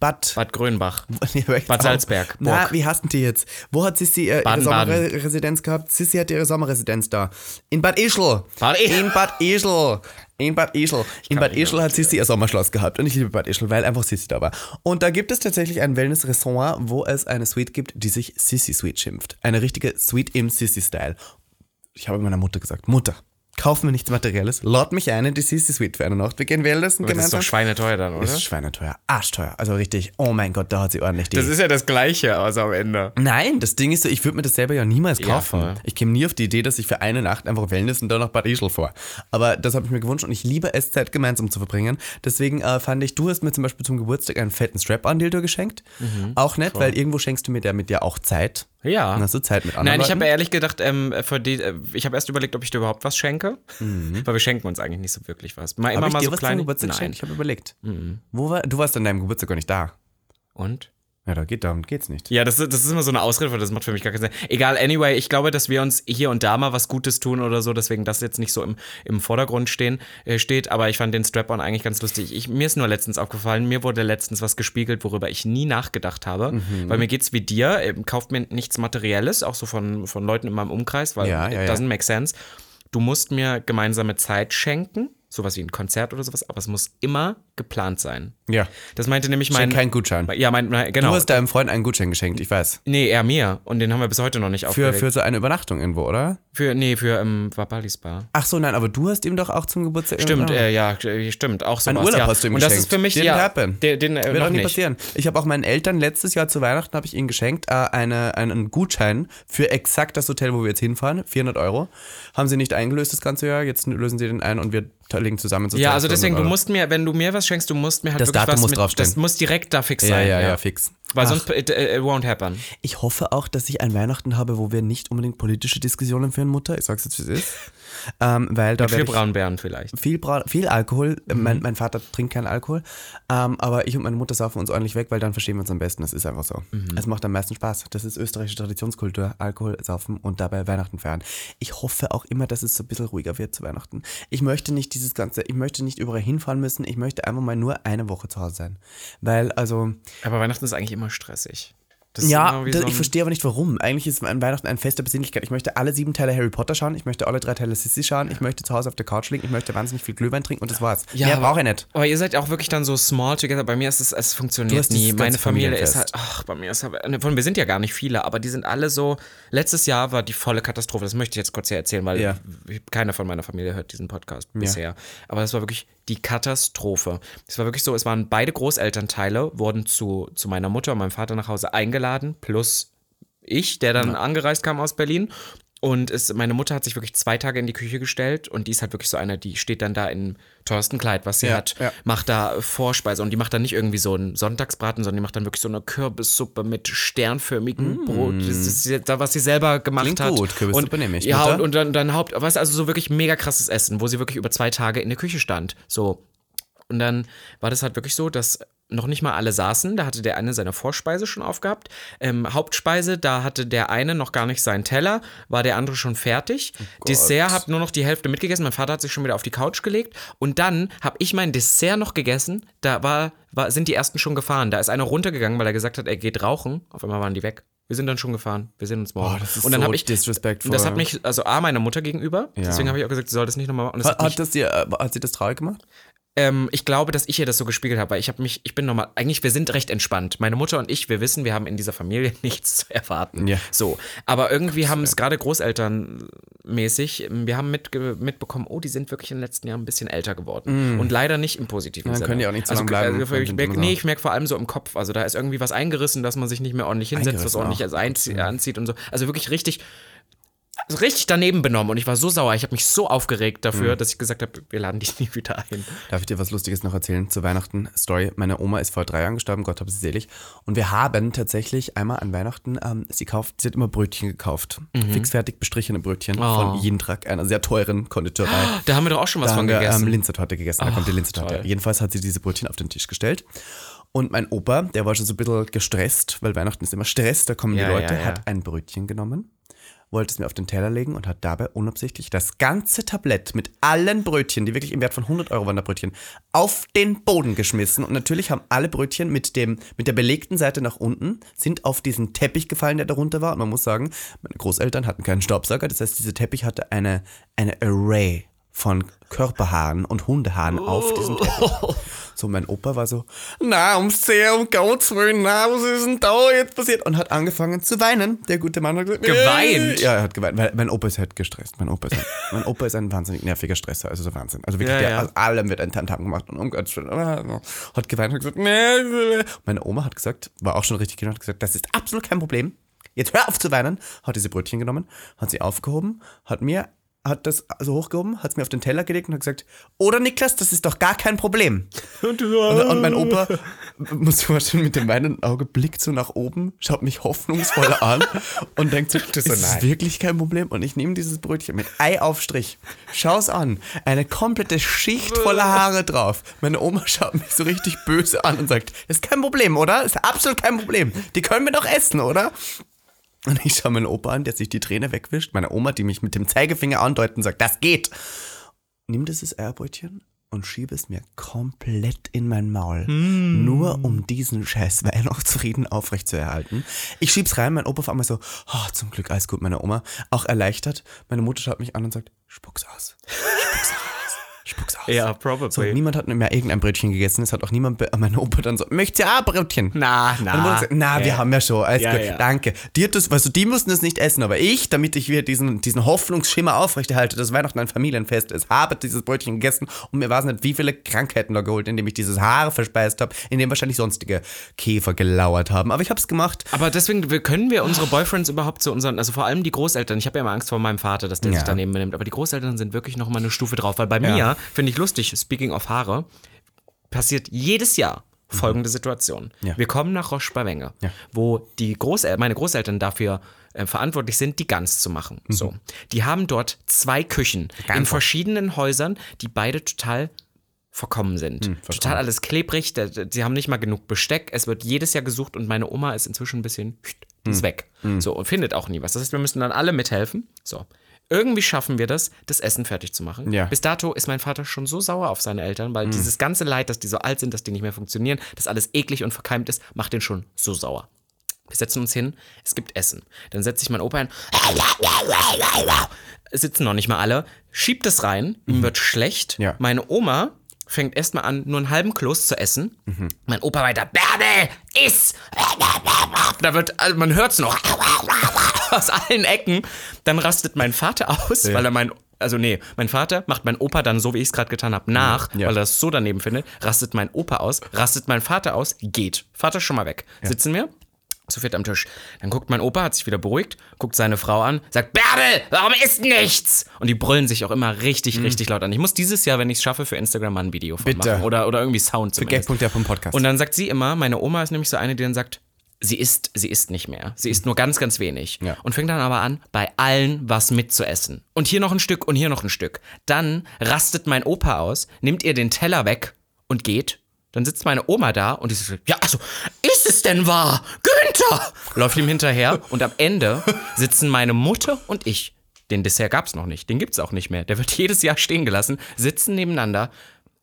[SPEAKER 2] Bad,
[SPEAKER 1] Bad Grönbach.
[SPEAKER 2] Nee, aber jetzt
[SPEAKER 1] Bad
[SPEAKER 2] auch.
[SPEAKER 1] Salzberg,
[SPEAKER 2] Na,
[SPEAKER 1] Burg.
[SPEAKER 2] wie hasten die jetzt? Wo hat Sissi äh, ihre
[SPEAKER 1] Baden-Baden.
[SPEAKER 2] Sommerresidenz gehabt? Sissi hat ihre Sommerresidenz da. In Bad Ischl.
[SPEAKER 1] Bad Ischl.
[SPEAKER 2] In Bad Ischl. In Bad Ischl. In Bad Ischl hat Sissi ihr Sommerschloss gehabt. Und ich liebe Bad Ischl, weil einfach Sissi da war. Und da gibt es tatsächlich ein Wellness-Ressort, wo es eine Suite gibt, die sich Sissi Suite schimpft. Eine richtige Suite im Sissi-Style. Ich habe meiner Mutter gesagt, Mutter. Kauf mir nichts Materielles, lad mich ein in die Sissi Suite für eine Nacht. Wir gehen Wellnessen
[SPEAKER 1] Das ist
[SPEAKER 2] gemeinsam.
[SPEAKER 1] doch schweineteuer dann, oder?
[SPEAKER 2] ist schweineteuer, arschteuer. Also richtig, oh mein Gott, da hat sie ordentlich die.
[SPEAKER 1] Das ist ja das Gleiche, also am Ende.
[SPEAKER 2] Nein, das Ding ist so, ich würde mir das selber ja niemals kaufen.
[SPEAKER 1] voll.
[SPEAKER 2] ich käme nie auf die Idee, dass ich für eine Nacht einfach Wellness und dann nach Bad Ischl vor. Aber das habe ich mir gewünscht und ich liebe es, Zeit gemeinsam zu verbringen. Deswegen äh, fand ich, du hast mir zum Beispiel zum Geburtstag einen fetten Strap-on-Dildo geschenkt.
[SPEAKER 1] Mhm.
[SPEAKER 2] auch nett, weil irgendwo schenkst du mir damit ja auch Zeit.
[SPEAKER 1] Ja.
[SPEAKER 2] Dann hast du Zeit mit anderen
[SPEAKER 1] Ah. Nein, ich habe
[SPEAKER 2] Leuten.
[SPEAKER 1] ehrlich gedacht, ähm, für die, äh, ich habe erst überlegt, ob ich dir überhaupt was schenke. Weil wir schenken uns eigentlich nicht so wirklich was. Mal immer
[SPEAKER 2] Mhm. Hab ich
[SPEAKER 1] mal
[SPEAKER 2] dir
[SPEAKER 1] so
[SPEAKER 2] was zum
[SPEAKER 1] kleine.
[SPEAKER 2] Geburtstag
[SPEAKER 1] Nein. Mhm.
[SPEAKER 2] geschenkt? Ich habe überlegt. Wo war, du warst an deinem Geburtstag gar nicht da.
[SPEAKER 1] Und?
[SPEAKER 2] Ja, da geht, darum geht's nicht.
[SPEAKER 1] Ja, das, das ist immer so eine Ausrede, weil das macht für mich gar keinen Sinn. Egal, anyway, ich glaube, dass wir uns hier und da mal was Gutes tun oder so, deswegen das jetzt nicht so im, im Vordergrund stehen, äh, steht, aber ich fand den Strap-on eigentlich ganz lustig. Ich, mir ist nur letztens aufgefallen, mir wurde letztens was gespiegelt, worüber ich nie nachgedacht habe,
[SPEAKER 2] Mhm.
[SPEAKER 1] weil mir geht's wie dir, ähm, kauft mir nichts Materielles, auch so von, von Leuten in meinem Umkreis, weil
[SPEAKER 2] Ja,
[SPEAKER 1] it
[SPEAKER 2] ja, ja.
[SPEAKER 1] doesn't make sense. Du musst mir gemeinsame Zeit schenken, sowas wie ein Konzert oder sowas, aber es muss immer geplant sein.
[SPEAKER 2] Ja.
[SPEAKER 1] Das meinte nämlich mein...
[SPEAKER 2] Schenk keinen Gutschein.
[SPEAKER 1] ja, mein, mein, genau.
[SPEAKER 2] Du hast deinem Freund einen Gutschein geschenkt, ich weiß.
[SPEAKER 1] Nee, er mir. Und den haben wir bis heute noch nicht
[SPEAKER 2] Für,
[SPEAKER 1] aufgelegt.
[SPEAKER 2] für so eine Übernachtung irgendwo, oder?
[SPEAKER 1] für nee, für ähm, Wabalis Bar.
[SPEAKER 2] Ach so, nein, aber du hast ihm doch auch zum Geburtstag.
[SPEAKER 1] Stimmt,
[SPEAKER 2] Ja.
[SPEAKER 1] äh, ja, äh, stimmt. Auch so
[SPEAKER 2] Einen Urlaub
[SPEAKER 1] ja.
[SPEAKER 2] hast du ihm
[SPEAKER 1] Und das
[SPEAKER 2] Ah. geschenkt.
[SPEAKER 1] ist für mich,
[SPEAKER 2] Didn't
[SPEAKER 1] ja,
[SPEAKER 2] happen.
[SPEAKER 1] Den, den, äh,
[SPEAKER 2] Wird
[SPEAKER 1] noch
[SPEAKER 2] auch nie
[SPEAKER 1] nicht.
[SPEAKER 2] passieren. Ich habe auch meinen Eltern letztes Jahr zu Weihnachten habe ich ihnen geschenkt äh, eine, einen Gutschein für exakt das Hotel, wo wir jetzt hinfahren, 400 Euro. Haben sie nicht eingelöst das ganze Jahr. Jetzt lösen sie den ein und wir legen zusammen. zu
[SPEAKER 1] Ja, also
[SPEAKER 2] 2000
[SPEAKER 1] deswegen, du
[SPEAKER 2] Euro.
[SPEAKER 1] musst mir, wenn du mir was schenkst, du musst mir halt
[SPEAKER 2] Das
[SPEAKER 1] wirklich
[SPEAKER 2] Datum
[SPEAKER 1] was
[SPEAKER 2] muss
[SPEAKER 1] mit,
[SPEAKER 2] draufstehen.
[SPEAKER 1] Das muss direkt da fix
[SPEAKER 2] Ja,
[SPEAKER 1] sein.
[SPEAKER 2] ja, ja, fix.
[SPEAKER 1] Weil sonst it, it won't happen.
[SPEAKER 2] Ich hoffe auch, dass ich ein Weihnachten habe, wo wir nicht unbedingt politische Diskussionen führen, Mutter. Ich sag's jetzt, wie es ist. ähm, weil da
[SPEAKER 1] Für
[SPEAKER 2] werde ich
[SPEAKER 1] Braunbären vielleicht.
[SPEAKER 2] viel, Bra viel Alkohol. Äh,
[SPEAKER 1] Mhm.
[SPEAKER 2] Mein, mein Vater trinkt keinen Alkohol. Ähm, aber ich und meine Mutter saufen uns ordentlich weg, weil dann verstehen wir uns am besten. Das ist einfach so.
[SPEAKER 1] Mhm.
[SPEAKER 2] Es macht am meisten Spaß. Das ist österreichische Traditionskultur. Alkohol saufen und dabei Weihnachten feiern. Ich hoffe auch immer, dass es so ein bisschen ruhiger wird zu Weihnachten. Ich möchte nicht dieses Ganze, ich möchte nicht überall hinfahren müssen. Ich möchte einfach mal nur eine Woche zu Hause sein. Weil, also,
[SPEAKER 1] Aber Weihnachten ist eigentlich immer stressig. Das ist
[SPEAKER 2] ja,
[SPEAKER 1] immer wie
[SPEAKER 2] das,
[SPEAKER 1] so
[SPEAKER 2] ich
[SPEAKER 1] ein-
[SPEAKER 2] verstehe aber nicht warum. Eigentlich ist mein Weihnachten ein Fest der Besinnlichkeit. Ich möchte alle sieben Teile Harry Potter schauen, ich möchte alle drei Teile Sissy schauen, ich möchte zu Hause auf der Couch liegen, ich möchte wahnsinnig viel Glühwein trinken und das war's. Ja, Mehr
[SPEAKER 1] aber-
[SPEAKER 2] brauche ich nicht.
[SPEAKER 1] Aber ihr seid auch wirklich dann so small together. Bei mir ist es, es
[SPEAKER 2] Du
[SPEAKER 1] funktioniert
[SPEAKER 2] hast dieses
[SPEAKER 1] nie. Meine
[SPEAKER 2] ganze
[SPEAKER 1] Familie ist halt,
[SPEAKER 2] Familienfest.
[SPEAKER 1] ach, bei mir ist halt, ne, von wir sind ja gar nicht viele, aber die sind alle so. Letztes Jahr war die volle Katastrophe. Das möchte ich jetzt kurz hier erzählen, weil
[SPEAKER 2] Ja.
[SPEAKER 1] keiner von meiner Familie hört diesen Podcast bisher. Aber das war wirklich die Katastrophe. Es war wirklich so, es waren beide Großelternteile, wurden zu, zu meiner Mutter und meinem Vater nach Hause eingeladen, plus ich, der dann angereist kam aus Berlin. Und es, meine Mutter hat sich wirklich zwei Tage in die Küche gestellt und die ist halt wirklich so eine, die steht dann da in teuersten Kleid, was sie
[SPEAKER 2] Ja,
[SPEAKER 1] hat,
[SPEAKER 2] ja.
[SPEAKER 1] macht da Vorspeise und die macht dann nicht irgendwie so einen Sonntagsbraten, sondern die macht dann wirklich so eine Kürbissuppe mit sternförmigem Brot, das ist, da was sie selber gemacht
[SPEAKER 2] Mm. Klingt
[SPEAKER 1] hat.
[SPEAKER 2] gut, Kürbissuppe
[SPEAKER 1] und,
[SPEAKER 2] nehme ich,
[SPEAKER 1] Ja,
[SPEAKER 2] Mutter.
[SPEAKER 1] und, und dann, dann Haupt, was also so wirklich mega krasses Essen, wo sie wirklich über zwei Tage in der Küche stand, so und dann war das halt wirklich so, dass noch nicht mal alle saßen. Da hatte der eine seine Vorspeise schon aufgehabt. Ähm, Hauptspeise, da hatte der eine noch gar nicht seinen Teller, war der andere schon fertig.
[SPEAKER 2] Oh
[SPEAKER 1] Dessert hat nur noch die Hälfte mitgegessen. Mein Vater hat sich schon wieder auf die Couch gelegt. Und dann habe ich mein Dessert noch gegessen. Da war, war, sind die ersten schon gefahren. Da ist einer runtergegangen, weil er gesagt hat, er geht rauchen. Auf einmal waren die weg. Wir sind dann schon gefahren. Wir sehen uns morgen.
[SPEAKER 2] Oh, das ist
[SPEAKER 1] und dann
[SPEAKER 2] so
[SPEAKER 1] habe ich
[SPEAKER 2] disrespectful.
[SPEAKER 1] Das hat mich, also A, meiner Mutter gegenüber.
[SPEAKER 2] Ja.
[SPEAKER 1] Deswegen habe ich auch gesagt, sie soll das nicht nochmal machen. Und das
[SPEAKER 2] Hat,
[SPEAKER 1] hat mich
[SPEAKER 2] hat, das dir, äh, hat sie das traurig gemacht?
[SPEAKER 1] ähm, ich glaube, dass ich ihr das so gespiegelt habe, weil ich habe mich, ich bin normal, eigentlich, wir sind recht entspannt. Meine Mutter und ich, wir wissen, wir haben in dieser Familie nichts zu erwarten.
[SPEAKER 2] Ja.
[SPEAKER 1] So. Aber irgendwie haben es gerade Großelternmäßig, ähm, wir haben mitge- mitbekommen, oh, die sind wirklich in den letzten Jahren ein bisschen älter geworden. Und leider nicht im positiven
[SPEAKER 2] Mm. Dann
[SPEAKER 1] Sinne.
[SPEAKER 2] können die auch nicht so
[SPEAKER 1] also,
[SPEAKER 2] lange bleiben,
[SPEAKER 1] Also,
[SPEAKER 2] wenn
[SPEAKER 1] ich
[SPEAKER 2] sie
[SPEAKER 1] merk,
[SPEAKER 2] dumm
[SPEAKER 1] nee,
[SPEAKER 2] sind.
[SPEAKER 1] ich merke vor allem so im Kopf, also da ist irgendwie was eingerissen, dass man sich nicht mehr ordentlich hinsetzt, was
[SPEAKER 2] Eingerissen
[SPEAKER 1] ordentlich
[SPEAKER 2] auch.
[SPEAKER 1] also einzie- anzieht und so. Also wirklich richtig also richtig daneben benommen und ich war so sauer, ich habe mich so aufgeregt dafür,
[SPEAKER 2] Mm.
[SPEAKER 1] dass ich gesagt habe, wir laden dich nie wieder ein.
[SPEAKER 2] Darf ich dir was Lustiges noch erzählen zu Weihnachten? Story. Meine Oma ist vor drei Jahren gestorben, Gott hab sie selig. Und wir haben tatsächlich einmal an Weihnachten, ähm, sie kauft, sie hat immer Brötchen gekauft.
[SPEAKER 1] Mhm.
[SPEAKER 2] Fixfertig bestrichene Brötchen
[SPEAKER 1] Oh.
[SPEAKER 2] von Jindrak, einer sehr teuren Konditorei.
[SPEAKER 1] Da haben wir doch auch schon was
[SPEAKER 2] da
[SPEAKER 1] von
[SPEAKER 2] haben wir
[SPEAKER 1] gegessen. Oh,
[SPEAKER 2] ähm, Linzertorte gegessen. Da kommt die Linzertorte.
[SPEAKER 1] toll.
[SPEAKER 2] Jedenfalls hat sie diese Brötchen auf den Tisch gestellt. Und mein Opa, der war schon so ein bisschen gestresst, weil Weihnachten ist immer Stress, da kommen
[SPEAKER 1] Ja,
[SPEAKER 2] die
[SPEAKER 1] ja,
[SPEAKER 2] Leute,
[SPEAKER 1] ja.
[SPEAKER 2] hat ein Brötchen genommen, wollte es mir auf den Teller legen und hat dabei unabsichtlich das ganze Tablett mit allen Brötchen, die wirklich im Wert von 100 Euro waren, da Brötchen, auf den Boden geschmissen. Und natürlich haben alle Brötchen mit, dem, mit der belegten Seite nach unten, sind auf diesen Teppich gefallen, der darunter war. Und man muss sagen, meine Großeltern hatten keinen Staubsauger, das heißt, dieser Teppich hatte eine, eine Array von Körperhaaren und Hundehaaren auf diesem
[SPEAKER 1] Oh.
[SPEAKER 2] Teppich. So, mein Opa war so, na, ums sehr, um Gottes Willen, na, was ist denn da jetzt passiert? Und hat angefangen zu weinen. Der gute Mann hat gesagt,
[SPEAKER 1] Geweint?
[SPEAKER 2] "Äh." Ja, er hat geweint, weil mein Opa ist halt gestresst. Mein Opa ist, halt, mein Opa ist ein wahnsinnig nerviger Stresser, also so Wahnsinn. Also wirklich,
[SPEAKER 1] Ja,
[SPEAKER 2] der,
[SPEAKER 1] ja.
[SPEAKER 2] aus allem wird ein Tantam gemacht und um Gottes Willen, äh, hat geweint und gesagt, nee. Meine Oma hat gesagt, war auch schon richtig genau, hat gesagt, das ist absolut kein Problem. Jetzt hör auf zu weinen, hat diese Brötchen genommen, hat sie aufgehoben, hat mir, hat das so hochgehoben, hat es mir auf den Teller gelegt und hat gesagt, oder Niklas, das ist doch gar kein Problem. ähm, Und, und mein Opa, muss ich vorstellen, mit dem weinenden Auge blickt so nach oben, schaut mich hoffnungsvoll an und denkt so, das
[SPEAKER 1] so,
[SPEAKER 2] ist
[SPEAKER 1] nein.
[SPEAKER 2] das wirklich kein Problem. Und ich nehme dieses Brötchen mit Ei auf Strich, schau's an, eine komplette Schicht voller Haare drauf. Meine Oma schaut mich so richtig böse an und sagt, das ist kein Problem, oder? Das ist absolut kein Problem. Die können wir doch essen, oder? Und ich schaue meinen Opa an, der sich die Träne wegwischt. Meine Oma, die mich mit dem Zeigefinger andeutet und sagt, das geht. Nimm dieses Eierbrötchen und schiebe es mir komplett in mein Maul.
[SPEAKER 1] Hm.
[SPEAKER 2] Nur um diesen scheiß Weihnachtsfrieden aufrechtzuerhalten. Ich schieb's rein, mein Opa auf einmal so, oh, zum Glück alles gut, meine Oma. Auch erleichtert. Meine Mutter schaut mich an und sagt, spuck's aus. Spuck's aus. Spuck's aus.
[SPEAKER 1] Ja, probably.
[SPEAKER 2] So, niemand hat mehr irgendein Brötchen gegessen. Es hat auch niemand, be- mein Opa dann so, möchtest du auch ein Brötchen?
[SPEAKER 1] na,
[SPEAKER 2] Meine Mutter sagt, na, wir haben ja schon, alles
[SPEAKER 1] Ja,
[SPEAKER 2] gut,
[SPEAKER 1] ja.
[SPEAKER 2] danke. Die, hat das, also die mussten das nicht essen, aber ich, damit ich wieder diesen, diesen Hoffnungsschimmer aufrechterhalte, dass Weihnachten ein Familienfest ist, habe dieses Brötchen gegessen und mir war es nicht, wie viele Krankheiten da geholt, indem ich dieses Haare verspeist habe, indem wahrscheinlich sonstige Käfer gelauert haben. Aber ich habe es gemacht.
[SPEAKER 1] Aber deswegen wir- können wir unsere Boyfriends überhaupt zu unseren, also vor allem die Großeltern, ich habe ja immer Angst vor meinem Vater, dass der sich
[SPEAKER 2] Ja.
[SPEAKER 1] daneben benimmt, aber die Großeltern sind wirklich nochmal eine Stufe drauf, weil bei mir, finde ich lustig, speaking of Haare, passiert jedes Jahr folgende Situation.
[SPEAKER 2] Mhm. Ja.
[SPEAKER 1] Wir kommen nach Roche-Bavenge,
[SPEAKER 2] Ja.
[SPEAKER 1] wo die Großel meine Großeltern dafür äh, verantwortlich sind, die Gans zu machen.
[SPEAKER 2] Mhm.
[SPEAKER 1] So. Die haben dort zwei Küchen in verschiedenen Häusern, die beide total verkommen sind. total alles klebrig, da- da- sie haben nicht mal genug Besteck, es wird jedes Jahr gesucht und meine Oma ist inzwischen ein bisschen die ist weg. So und findet auch nie was. Das heißt, wir müssen dann alle mithelfen. So. Irgendwie schaffen wir das, das Essen fertig zu machen.
[SPEAKER 2] Ja.
[SPEAKER 1] Bis dato ist mein Vater schon so sauer auf seine Eltern, weil dieses ganze Leid, dass die so alt sind, dass die nicht mehr funktionieren, dass alles eklig und verkeimt ist, macht den schon so sauer. Wir setzen uns hin, es gibt Essen. Dann setzt sich mein Opa hin, sitzen noch nicht mal alle, schiebt es rein, ihm wird schlecht.
[SPEAKER 2] Mhm. Ja.
[SPEAKER 1] Meine Oma fängt erstmal an, nur einen halben Kloß zu essen.
[SPEAKER 2] Mhm.
[SPEAKER 1] Mein Opa weiter, Bärbel, iss! Da wird, also man hört's noch aus allen Ecken. Dann rastet mein Vater aus, weil er mein, also nee, mein Vater macht mein Opa dann so, wie ich es gerade getan habe, nach,
[SPEAKER 2] Mhm. Ja.
[SPEAKER 1] weil er es so daneben findet. Rastet mein Opa aus, rastet mein Vater aus, geht. Vater schon mal weg. Sitzen wir, zu viert am Tisch. Dann guckt mein Opa, hat sich wieder beruhigt, guckt seine Frau an, sagt, Bärbel, warum ist nichts? Und die brüllen sich auch immer richtig, richtig laut an. Ich muss dieses Jahr, wenn ich es schaffe, für Instagram mal ein Video von
[SPEAKER 2] Bitte.
[SPEAKER 1] machen. Oder, oder irgendwie Sound zumindest.
[SPEAKER 2] Gag.de vom Podcast.
[SPEAKER 1] Und dann sagt sie immer, meine Oma ist nämlich so eine, die dann sagt, sie isst, sie isst nicht mehr. Sie isst nur ganz, ganz wenig.
[SPEAKER 2] Ja.
[SPEAKER 1] Und fängt dann aber an, bei allen was mitzuessen. Und hier noch ein Stück und hier noch ein Stück. Dann rastet mein Opa aus, nimmt ihr den Teller weg und geht. Dann sitzt meine Oma da und die so, ja, also, ist es denn wahr? Günther! Läuft ihm hinterher und am Ende sitzen meine Mutter und ich. Den Dessert gab's noch nicht, den gibt's auch nicht mehr. Der wird jedes Jahr stehen gelassen, sitzen nebeneinander.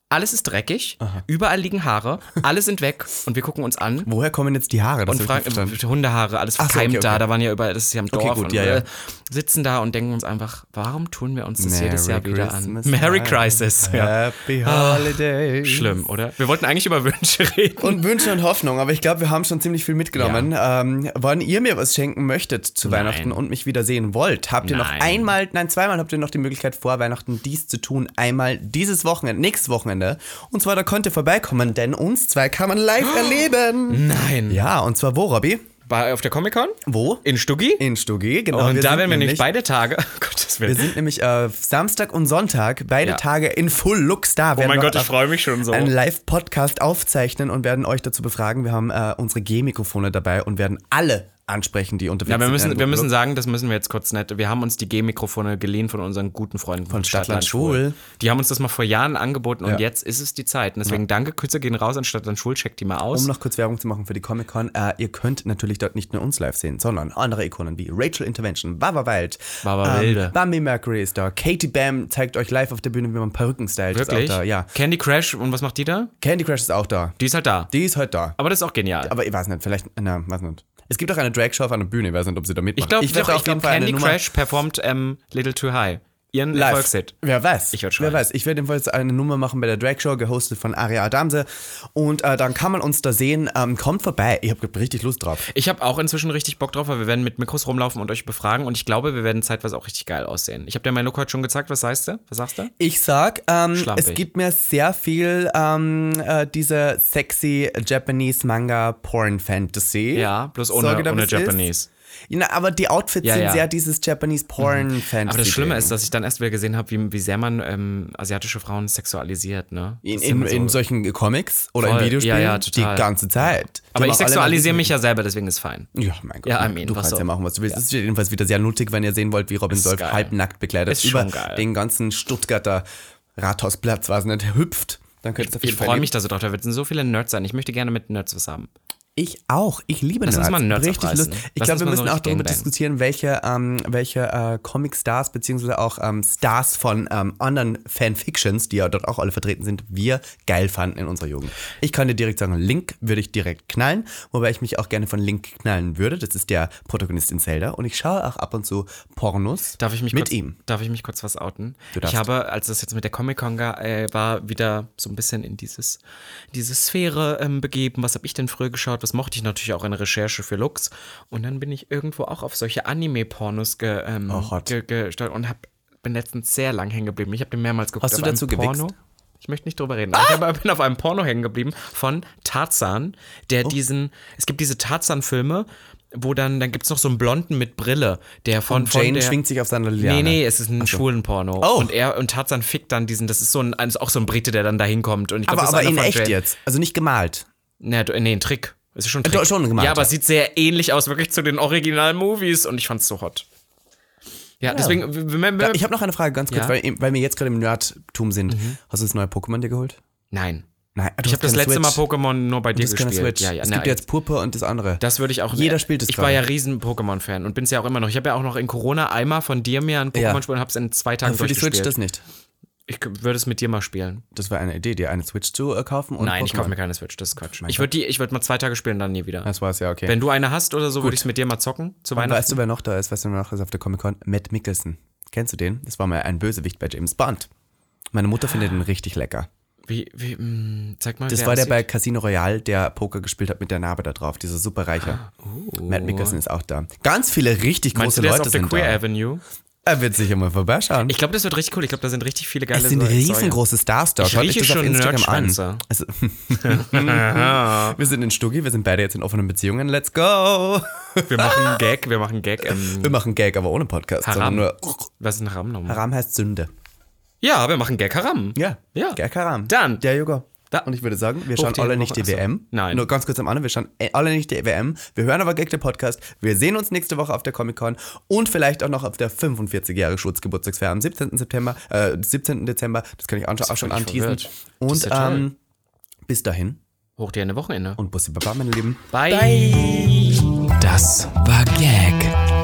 [SPEAKER 1] Alles ist dreckig, überall liegen Haare, alle sind weg und wir gucken uns an
[SPEAKER 2] Woher kommen jetzt die Haare? Das
[SPEAKER 1] und
[SPEAKER 2] hab ich
[SPEAKER 1] fragen,
[SPEAKER 2] nicht verstanden.
[SPEAKER 1] Hundehaare, alles
[SPEAKER 2] so,
[SPEAKER 1] verkeimt
[SPEAKER 2] okay, okay.
[SPEAKER 1] da, da waren ja überall, das ist ja im Dorf
[SPEAKER 2] gut,
[SPEAKER 1] und
[SPEAKER 2] ja, ja.
[SPEAKER 1] äh, sitzen da und denken uns einfach, warum tun wir uns das
[SPEAKER 2] Merry
[SPEAKER 1] jedes Jahr wieder
[SPEAKER 2] Christmas,
[SPEAKER 1] an? Merry
[SPEAKER 2] Mom.
[SPEAKER 1] Crisis, ja.
[SPEAKER 2] Happy Holiday.
[SPEAKER 1] Schlimm, oder? Wir wollten eigentlich über Wünsche reden.
[SPEAKER 2] Und Wünsche und Hoffnung, aber ich glaube, wir haben schon ziemlich viel mitgenommen. Ähm, wann ihr mir was schenken möchtet zu Weihnachten und mich wiedersehen wollt, habt ihr
[SPEAKER 1] Nein.
[SPEAKER 2] noch einmal, nein, zweimal habt ihr noch die Möglichkeit vor Weihnachten dies zu tun. Einmal dieses Wochenende, nächstes Wochenende. Und zwar, da könnt ihr vorbeikommen, denn uns zwei kann man live erleben.
[SPEAKER 1] Nein.
[SPEAKER 2] Ja, und zwar wo, Robby?
[SPEAKER 1] War auf der Comic-Con?
[SPEAKER 2] Wo?
[SPEAKER 1] In Stuggi?
[SPEAKER 2] In Stuggi, genau.
[SPEAKER 1] und da
[SPEAKER 2] sind
[SPEAKER 1] werden wir nämlich
[SPEAKER 2] nämlich-
[SPEAKER 1] beide Tage. Oh Gottes
[SPEAKER 2] Wir
[SPEAKER 1] Willen.
[SPEAKER 2] sind nämlich äh, Samstag und Sonntag, beide
[SPEAKER 1] Ja.
[SPEAKER 2] Tage in Full Looks da.
[SPEAKER 1] Oh mein Gott, ich freue mich schon so.
[SPEAKER 2] einen Live-Podcast aufzeichnen und werden euch dazu befragen. Wir haben äh, unsere G-Mikrofone dabei und werden alle ansprechen, die unterwegs
[SPEAKER 1] Ja, wir
[SPEAKER 2] sind. Äh,
[SPEAKER 1] müssen, wir
[SPEAKER 2] Ein
[SPEAKER 1] müssen sagen, das müssen wir jetzt kurz nett. Wir haben uns die G-Mikrofone geliehen von unseren guten Freunden von
[SPEAKER 2] Stadtland Schwul.
[SPEAKER 1] Die haben uns das mal vor Jahren angeboten und
[SPEAKER 2] Ja.
[SPEAKER 1] jetzt ist es die Zeit. Und deswegen danke, Küsse gehen raus an Stadtland Schwul, checkt die mal aus.
[SPEAKER 2] um noch kurz Werbung zu machen für die Comic-Con, äh, ihr könnt natürlich dort nicht nur uns live sehen, sondern andere Ikonen wie Rachel Intervention, Baba Wild, ähm,
[SPEAKER 1] Barbara Wilde.
[SPEAKER 2] Bambi Mercury ist da, Katie Bam zeigt euch live auf der Bühne, wie man Perücken stylt. Ist
[SPEAKER 1] Wirklich?
[SPEAKER 2] auch da, ja.
[SPEAKER 1] Candy Crash, und was macht die da?
[SPEAKER 2] Candy Crush ist auch da.
[SPEAKER 1] Die ist halt da.
[SPEAKER 2] Die ist heute da.
[SPEAKER 1] Aber das ist auch genial.
[SPEAKER 2] Aber ich weiß nicht, vielleicht, na, weiß nicht. Es gibt auch eine Drag-Show auf einer Bühne, ich weiß nicht, ob sie da mitmacht.
[SPEAKER 1] ich glaube, ich
[SPEAKER 2] wette
[SPEAKER 1] glaub, ich
[SPEAKER 2] auf jeden
[SPEAKER 1] glaub,
[SPEAKER 2] Fall eine
[SPEAKER 1] Candy
[SPEAKER 2] Nummer-
[SPEAKER 1] Crash performt ähm, Little Too High. Ihren
[SPEAKER 2] Live.
[SPEAKER 1] Erfolgshit.
[SPEAKER 2] Wer weiß.
[SPEAKER 1] Ich werd schreien.
[SPEAKER 2] Wer weiß. Ich werde jedenfalls eine Nummer machen bei der Drag Show, gehostet von Aria Adamse. Und äh, dann kann man uns da sehen. Ähm, kommt vorbei. Ich habe richtig Lust drauf.
[SPEAKER 1] Ich habe auch inzwischen richtig Bock drauf, weil wir werden mit Mikros rumlaufen und euch befragen und ich glaube, wir werden zeitweise auch richtig geil aussehen. Ich habe dir mein Look heute schon gezeigt. Was heißt du? Was sagst du?
[SPEAKER 2] Ich sag, ähm,
[SPEAKER 1] Schlampig.
[SPEAKER 2] es gibt mir sehr viel ähm, äh, diese sexy Japanese Manga Porn Fantasy.
[SPEAKER 1] Ja, bloß ohne,
[SPEAKER 2] Sorge, da
[SPEAKER 1] ohne
[SPEAKER 2] bist du es.
[SPEAKER 1] Japanese.
[SPEAKER 2] Ja, Mhm. na, aber die Outfits
[SPEAKER 1] Ja,
[SPEAKER 2] sind
[SPEAKER 1] ja.
[SPEAKER 2] sehr dieses Japanese Porn Fantasy.
[SPEAKER 1] Aber das Schlimme ist, dass ich dann erst wieder gesehen habe, wie, wie sehr man ähm, asiatische Frauen sexualisiert, ne?
[SPEAKER 2] In,
[SPEAKER 1] Das ist immer
[SPEAKER 2] in,
[SPEAKER 1] so.
[SPEAKER 2] in solchen Comics oder
[SPEAKER 1] Voll.
[SPEAKER 2] in Videospielen
[SPEAKER 1] Ja, ja,
[SPEAKER 2] die
[SPEAKER 1] total.
[SPEAKER 2] ganze Zeit.
[SPEAKER 1] aber
[SPEAKER 2] Die
[SPEAKER 1] ich
[SPEAKER 2] haben alle
[SPEAKER 1] sexualisiere
[SPEAKER 2] mal
[SPEAKER 1] mich ja selber, deswegen ist fein.
[SPEAKER 2] Ja, mein Gott.
[SPEAKER 1] Ja, I
[SPEAKER 2] du-
[SPEAKER 1] mean,
[SPEAKER 2] du
[SPEAKER 1] was
[SPEAKER 2] kannst
[SPEAKER 1] soll-
[SPEAKER 2] ja machen, was du willst. Es ist jedenfalls wieder sehr nuttig, wenn ihr sehen wollt, wie Robin Solf
[SPEAKER 1] geil.
[SPEAKER 2] halbnackt bekleidet
[SPEAKER 1] Ist
[SPEAKER 2] über
[SPEAKER 1] schon geil.
[SPEAKER 2] den ganzen Stuttgarter Rathausplatz, was nicht, hüpft. Dann könnt ihr auf
[SPEAKER 1] Ich
[SPEAKER 2] jeden Fall
[SPEAKER 1] freue
[SPEAKER 2] leben.
[SPEAKER 1] mich da so drauf, da werden so viele Nerds sein. Ich möchte gerne mit Nerds was haben.
[SPEAKER 2] Ich auch. Ich liebe
[SPEAKER 1] Lass uns
[SPEAKER 2] Nerds.
[SPEAKER 1] mal Nerds
[SPEAKER 2] Richtig
[SPEAKER 1] abreißen.
[SPEAKER 2] Lust. Ich
[SPEAKER 1] Lass
[SPEAKER 2] glaube,
[SPEAKER 1] uns
[SPEAKER 2] wir
[SPEAKER 1] mal so
[SPEAKER 2] müssen auch
[SPEAKER 1] richtig
[SPEAKER 2] darüber
[SPEAKER 1] gangbang.
[SPEAKER 2] diskutieren, welche, ähm, welche äh, Comic-Stars beziehungsweise auch ähm, Stars von ähm, anderen Fanfictions, die ja dort auch alle vertreten sind, wir geil fanden in unserer Jugend. Ich kann dir direkt sagen, Link würde ich direkt knallen, wobei ich mich auch gerne von Link knallen würde. Das ist der Protagonist in Zelda und ich schaue auch ab und zu Pornos
[SPEAKER 1] Darf ich mich
[SPEAKER 2] mit
[SPEAKER 1] kurz,
[SPEAKER 2] ihm.
[SPEAKER 1] Darf ich mich kurz was outen?
[SPEAKER 2] Du darfst.
[SPEAKER 1] ich habe, als das jetzt mit der Comic Con ga- äh, war, wieder so ein bisschen in dieses, diese Sphäre ähm, begeben. Was habe ich denn früher geschaut? Was mochte ich natürlich auch in der Recherche für Lux? Und dann bin ich irgendwo auch auf solche Anime-Pornos ge, ähm,
[SPEAKER 2] Oh, hot.
[SPEAKER 1] ge, gesteuert und hab, bin letztens sehr lang hängen geblieben. Ich habe den mehrmals geguckt.
[SPEAKER 2] Hast
[SPEAKER 1] auf
[SPEAKER 2] du
[SPEAKER 1] einem
[SPEAKER 2] dazu gewichst?
[SPEAKER 1] Porno. Ich möchte nicht drüber reden. aber Ich hab- bin auf
[SPEAKER 2] Oh.
[SPEAKER 1] einem Porno hängen geblieben von Tarzan, der diesen, es gibt diese Tarzan-Filme, wo dann, dann gibt's noch so einen Blonden mit Brille, der von, von
[SPEAKER 2] Jane
[SPEAKER 1] der,
[SPEAKER 2] schwingt sich auf seine
[SPEAKER 1] Nee,
[SPEAKER 2] Liliane.
[SPEAKER 1] nee, es ist ein Schwulenporno.
[SPEAKER 2] ne? Oh.
[SPEAKER 1] Und er und Tarzan fickt dann diesen, das ist so ein, also auch so ein Brite, der dann da hinkommt. Und ich glaub,
[SPEAKER 2] Aber,
[SPEAKER 1] das
[SPEAKER 2] aber
[SPEAKER 1] ist einer
[SPEAKER 2] in
[SPEAKER 1] von
[SPEAKER 2] echt
[SPEAKER 1] Jane.
[SPEAKER 2] jetzt. Also nicht gemalt.
[SPEAKER 1] Nee, du- nee, ein Trick. Es ist schon ein Trick.
[SPEAKER 2] doch, schon gemalt,
[SPEAKER 1] Ja, aber
[SPEAKER 2] ja.
[SPEAKER 1] es sieht sehr ähnlich aus, wirklich zu den Original-Movies und ich fand's so hot. Ja, deswegen, w- w- w-
[SPEAKER 2] Ich habe noch eine Frage ganz kurz,
[SPEAKER 1] Ähm, Ja?
[SPEAKER 2] weil, weil wir jetzt gerade im Nerdtum sind. Hast du das neue Pokémon dir geholt?
[SPEAKER 1] nein.
[SPEAKER 2] Nein, du
[SPEAKER 1] Ich
[SPEAKER 2] hast
[SPEAKER 1] habe das
[SPEAKER 2] keine
[SPEAKER 1] letzte Mal
[SPEAKER 2] Switch.
[SPEAKER 1] Pokémon nur bei dir
[SPEAKER 2] Das ist keine
[SPEAKER 1] gespielt.
[SPEAKER 2] Switch.
[SPEAKER 1] Ja, ja,
[SPEAKER 2] es
[SPEAKER 1] nein.
[SPEAKER 2] gibt ja jetzt Purpur und das andere.
[SPEAKER 1] das würde ich auch. äh,
[SPEAKER 2] Jeder spielt es
[SPEAKER 1] Ich war
[SPEAKER 2] gerade.
[SPEAKER 1] ja riesen Pokémon-Fan und bin's ja auch immer noch. Ich habe ja auch noch in Corona einmal von dir mir ein
[SPEAKER 2] Ja. Also
[SPEAKER 1] Pokémon-Spiel und hab's in zwei Tagen
[SPEAKER 2] Für die
[SPEAKER 1] durchgespielt.
[SPEAKER 2] Switch das nicht.
[SPEAKER 1] ich k- würde es mit dir mal spielen.
[SPEAKER 2] Das war eine Idee, dir eine Switch zu äh, kaufen und
[SPEAKER 1] Nein, ich
[SPEAKER 2] Pokémon.
[SPEAKER 1] kaufe mir keine Switch, das ist Quatsch. Ich würde die, ich würde mal zwei Tage spielen, dann nie wieder.
[SPEAKER 2] Das war's ja, okay.
[SPEAKER 1] Wenn du eine hast oder so, würde ich es mit dir mal zocken zu
[SPEAKER 2] Und
[SPEAKER 1] Weihnachten.
[SPEAKER 2] weißt du, wer noch da ist? Weißt du, wer noch ist auf der Comic-Con? Matt Mickelson. Kennst du den? Das war mal ein Bösewicht bei James Bond. Meine Mutter findet ihn richtig lecker.
[SPEAKER 1] Wie, wie, mh, zeig mal.
[SPEAKER 2] Das
[SPEAKER 1] wer
[SPEAKER 2] war der
[SPEAKER 1] aussieht.
[SPEAKER 2] bei Casino Royale, der Poker gespielt hat mit der Narbe da drauf. Dieser superreiche. Matt Mickelson ist auch da. Ganz viele richtig
[SPEAKER 1] Ah, oh. Meinst
[SPEAKER 2] große
[SPEAKER 1] du, der
[SPEAKER 2] Leute
[SPEAKER 1] ist auf der
[SPEAKER 2] sind
[SPEAKER 1] Queer
[SPEAKER 2] da.
[SPEAKER 1] Avenue?
[SPEAKER 2] Er wird sicher mal vorbeischauen.
[SPEAKER 1] Ich glaube, das wird richtig cool. Ich glaube, da sind richtig viele geile
[SPEAKER 2] es sind
[SPEAKER 1] Säu- Säue.
[SPEAKER 2] riesengroße Stars dort.
[SPEAKER 1] Ich
[SPEAKER 2] Schaut euch
[SPEAKER 1] rieche
[SPEAKER 2] das auf
[SPEAKER 1] schon
[SPEAKER 2] Instagram
[SPEAKER 1] Nerdschwänze.
[SPEAKER 2] an. Also, wir sind in Stuggi, wir sind beide jetzt in offenen Beziehungen. Let's go! Ah.
[SPEAKER 1] Wir machen einen Gag, wir machen einen Gag. Ähm,
[SPEAKER 2] Wir machen Gag, aber ohne Podcast,
[SPEAKER 1] Haram.
[SPEAKER 2] sondern nur.
[SPEAKER 1] was ist ein Haram nochmal?
[SPEAKER 2] Haram heißt Sünde.
[SPEAKER 1] Ja, wir machen Gag Haram.
[SPEAKER 2] Ja.
[SPEAKER 1] Ja.
[SPEAKER 2] Gerd Karam.
[SPEAKER 1] Dann.
[SPEAKER 2] Der Yoga.
[SPEAKER 1] Da-
[SPEAKER 2] Und ich würde sagen, wir
[SPEAKER 1] Hoch
[SPEAKER 2] schauen
[SPEAKER 1] die
[SPEAKER 2] alle
[SPEAKER 1] Woche.
[SPEAKER 2] nicht die
[SPEAKER 1] Ach so.
[SPEAKER 2] WM.
[SPEAKER 1] Nein.
[SPEAKER 2] Nur ganz kurz am Anfang, wir schauen äh, alle nicht die WM. Wir hören aber Gag der Podcast. Wir sehen uns nächste Woche auf der Comic-Con und vielleicht auch noch auf der 45-jährige Schutzgeburtstagsfeier am 17. September, äh, 17. Dezember. Das kann ich auch, auch schon
[SPEAKER 1] völlig
[SPEAKER 2] anteasen.
[SPEAKER 1] verwirrt. Das
[SPEAKER 2] Und
[SPEAKER 1] ist ja toll.
[SPEAKER 2] ähm, bis dahin
[SPEAKER 1] Hoch dir eine Wochenende.
[SPEAKER 2] und Bussi Baba, meine Lieben.
[SPEAKER 1] Bye.
[SPEAKER 4] Das war Gag,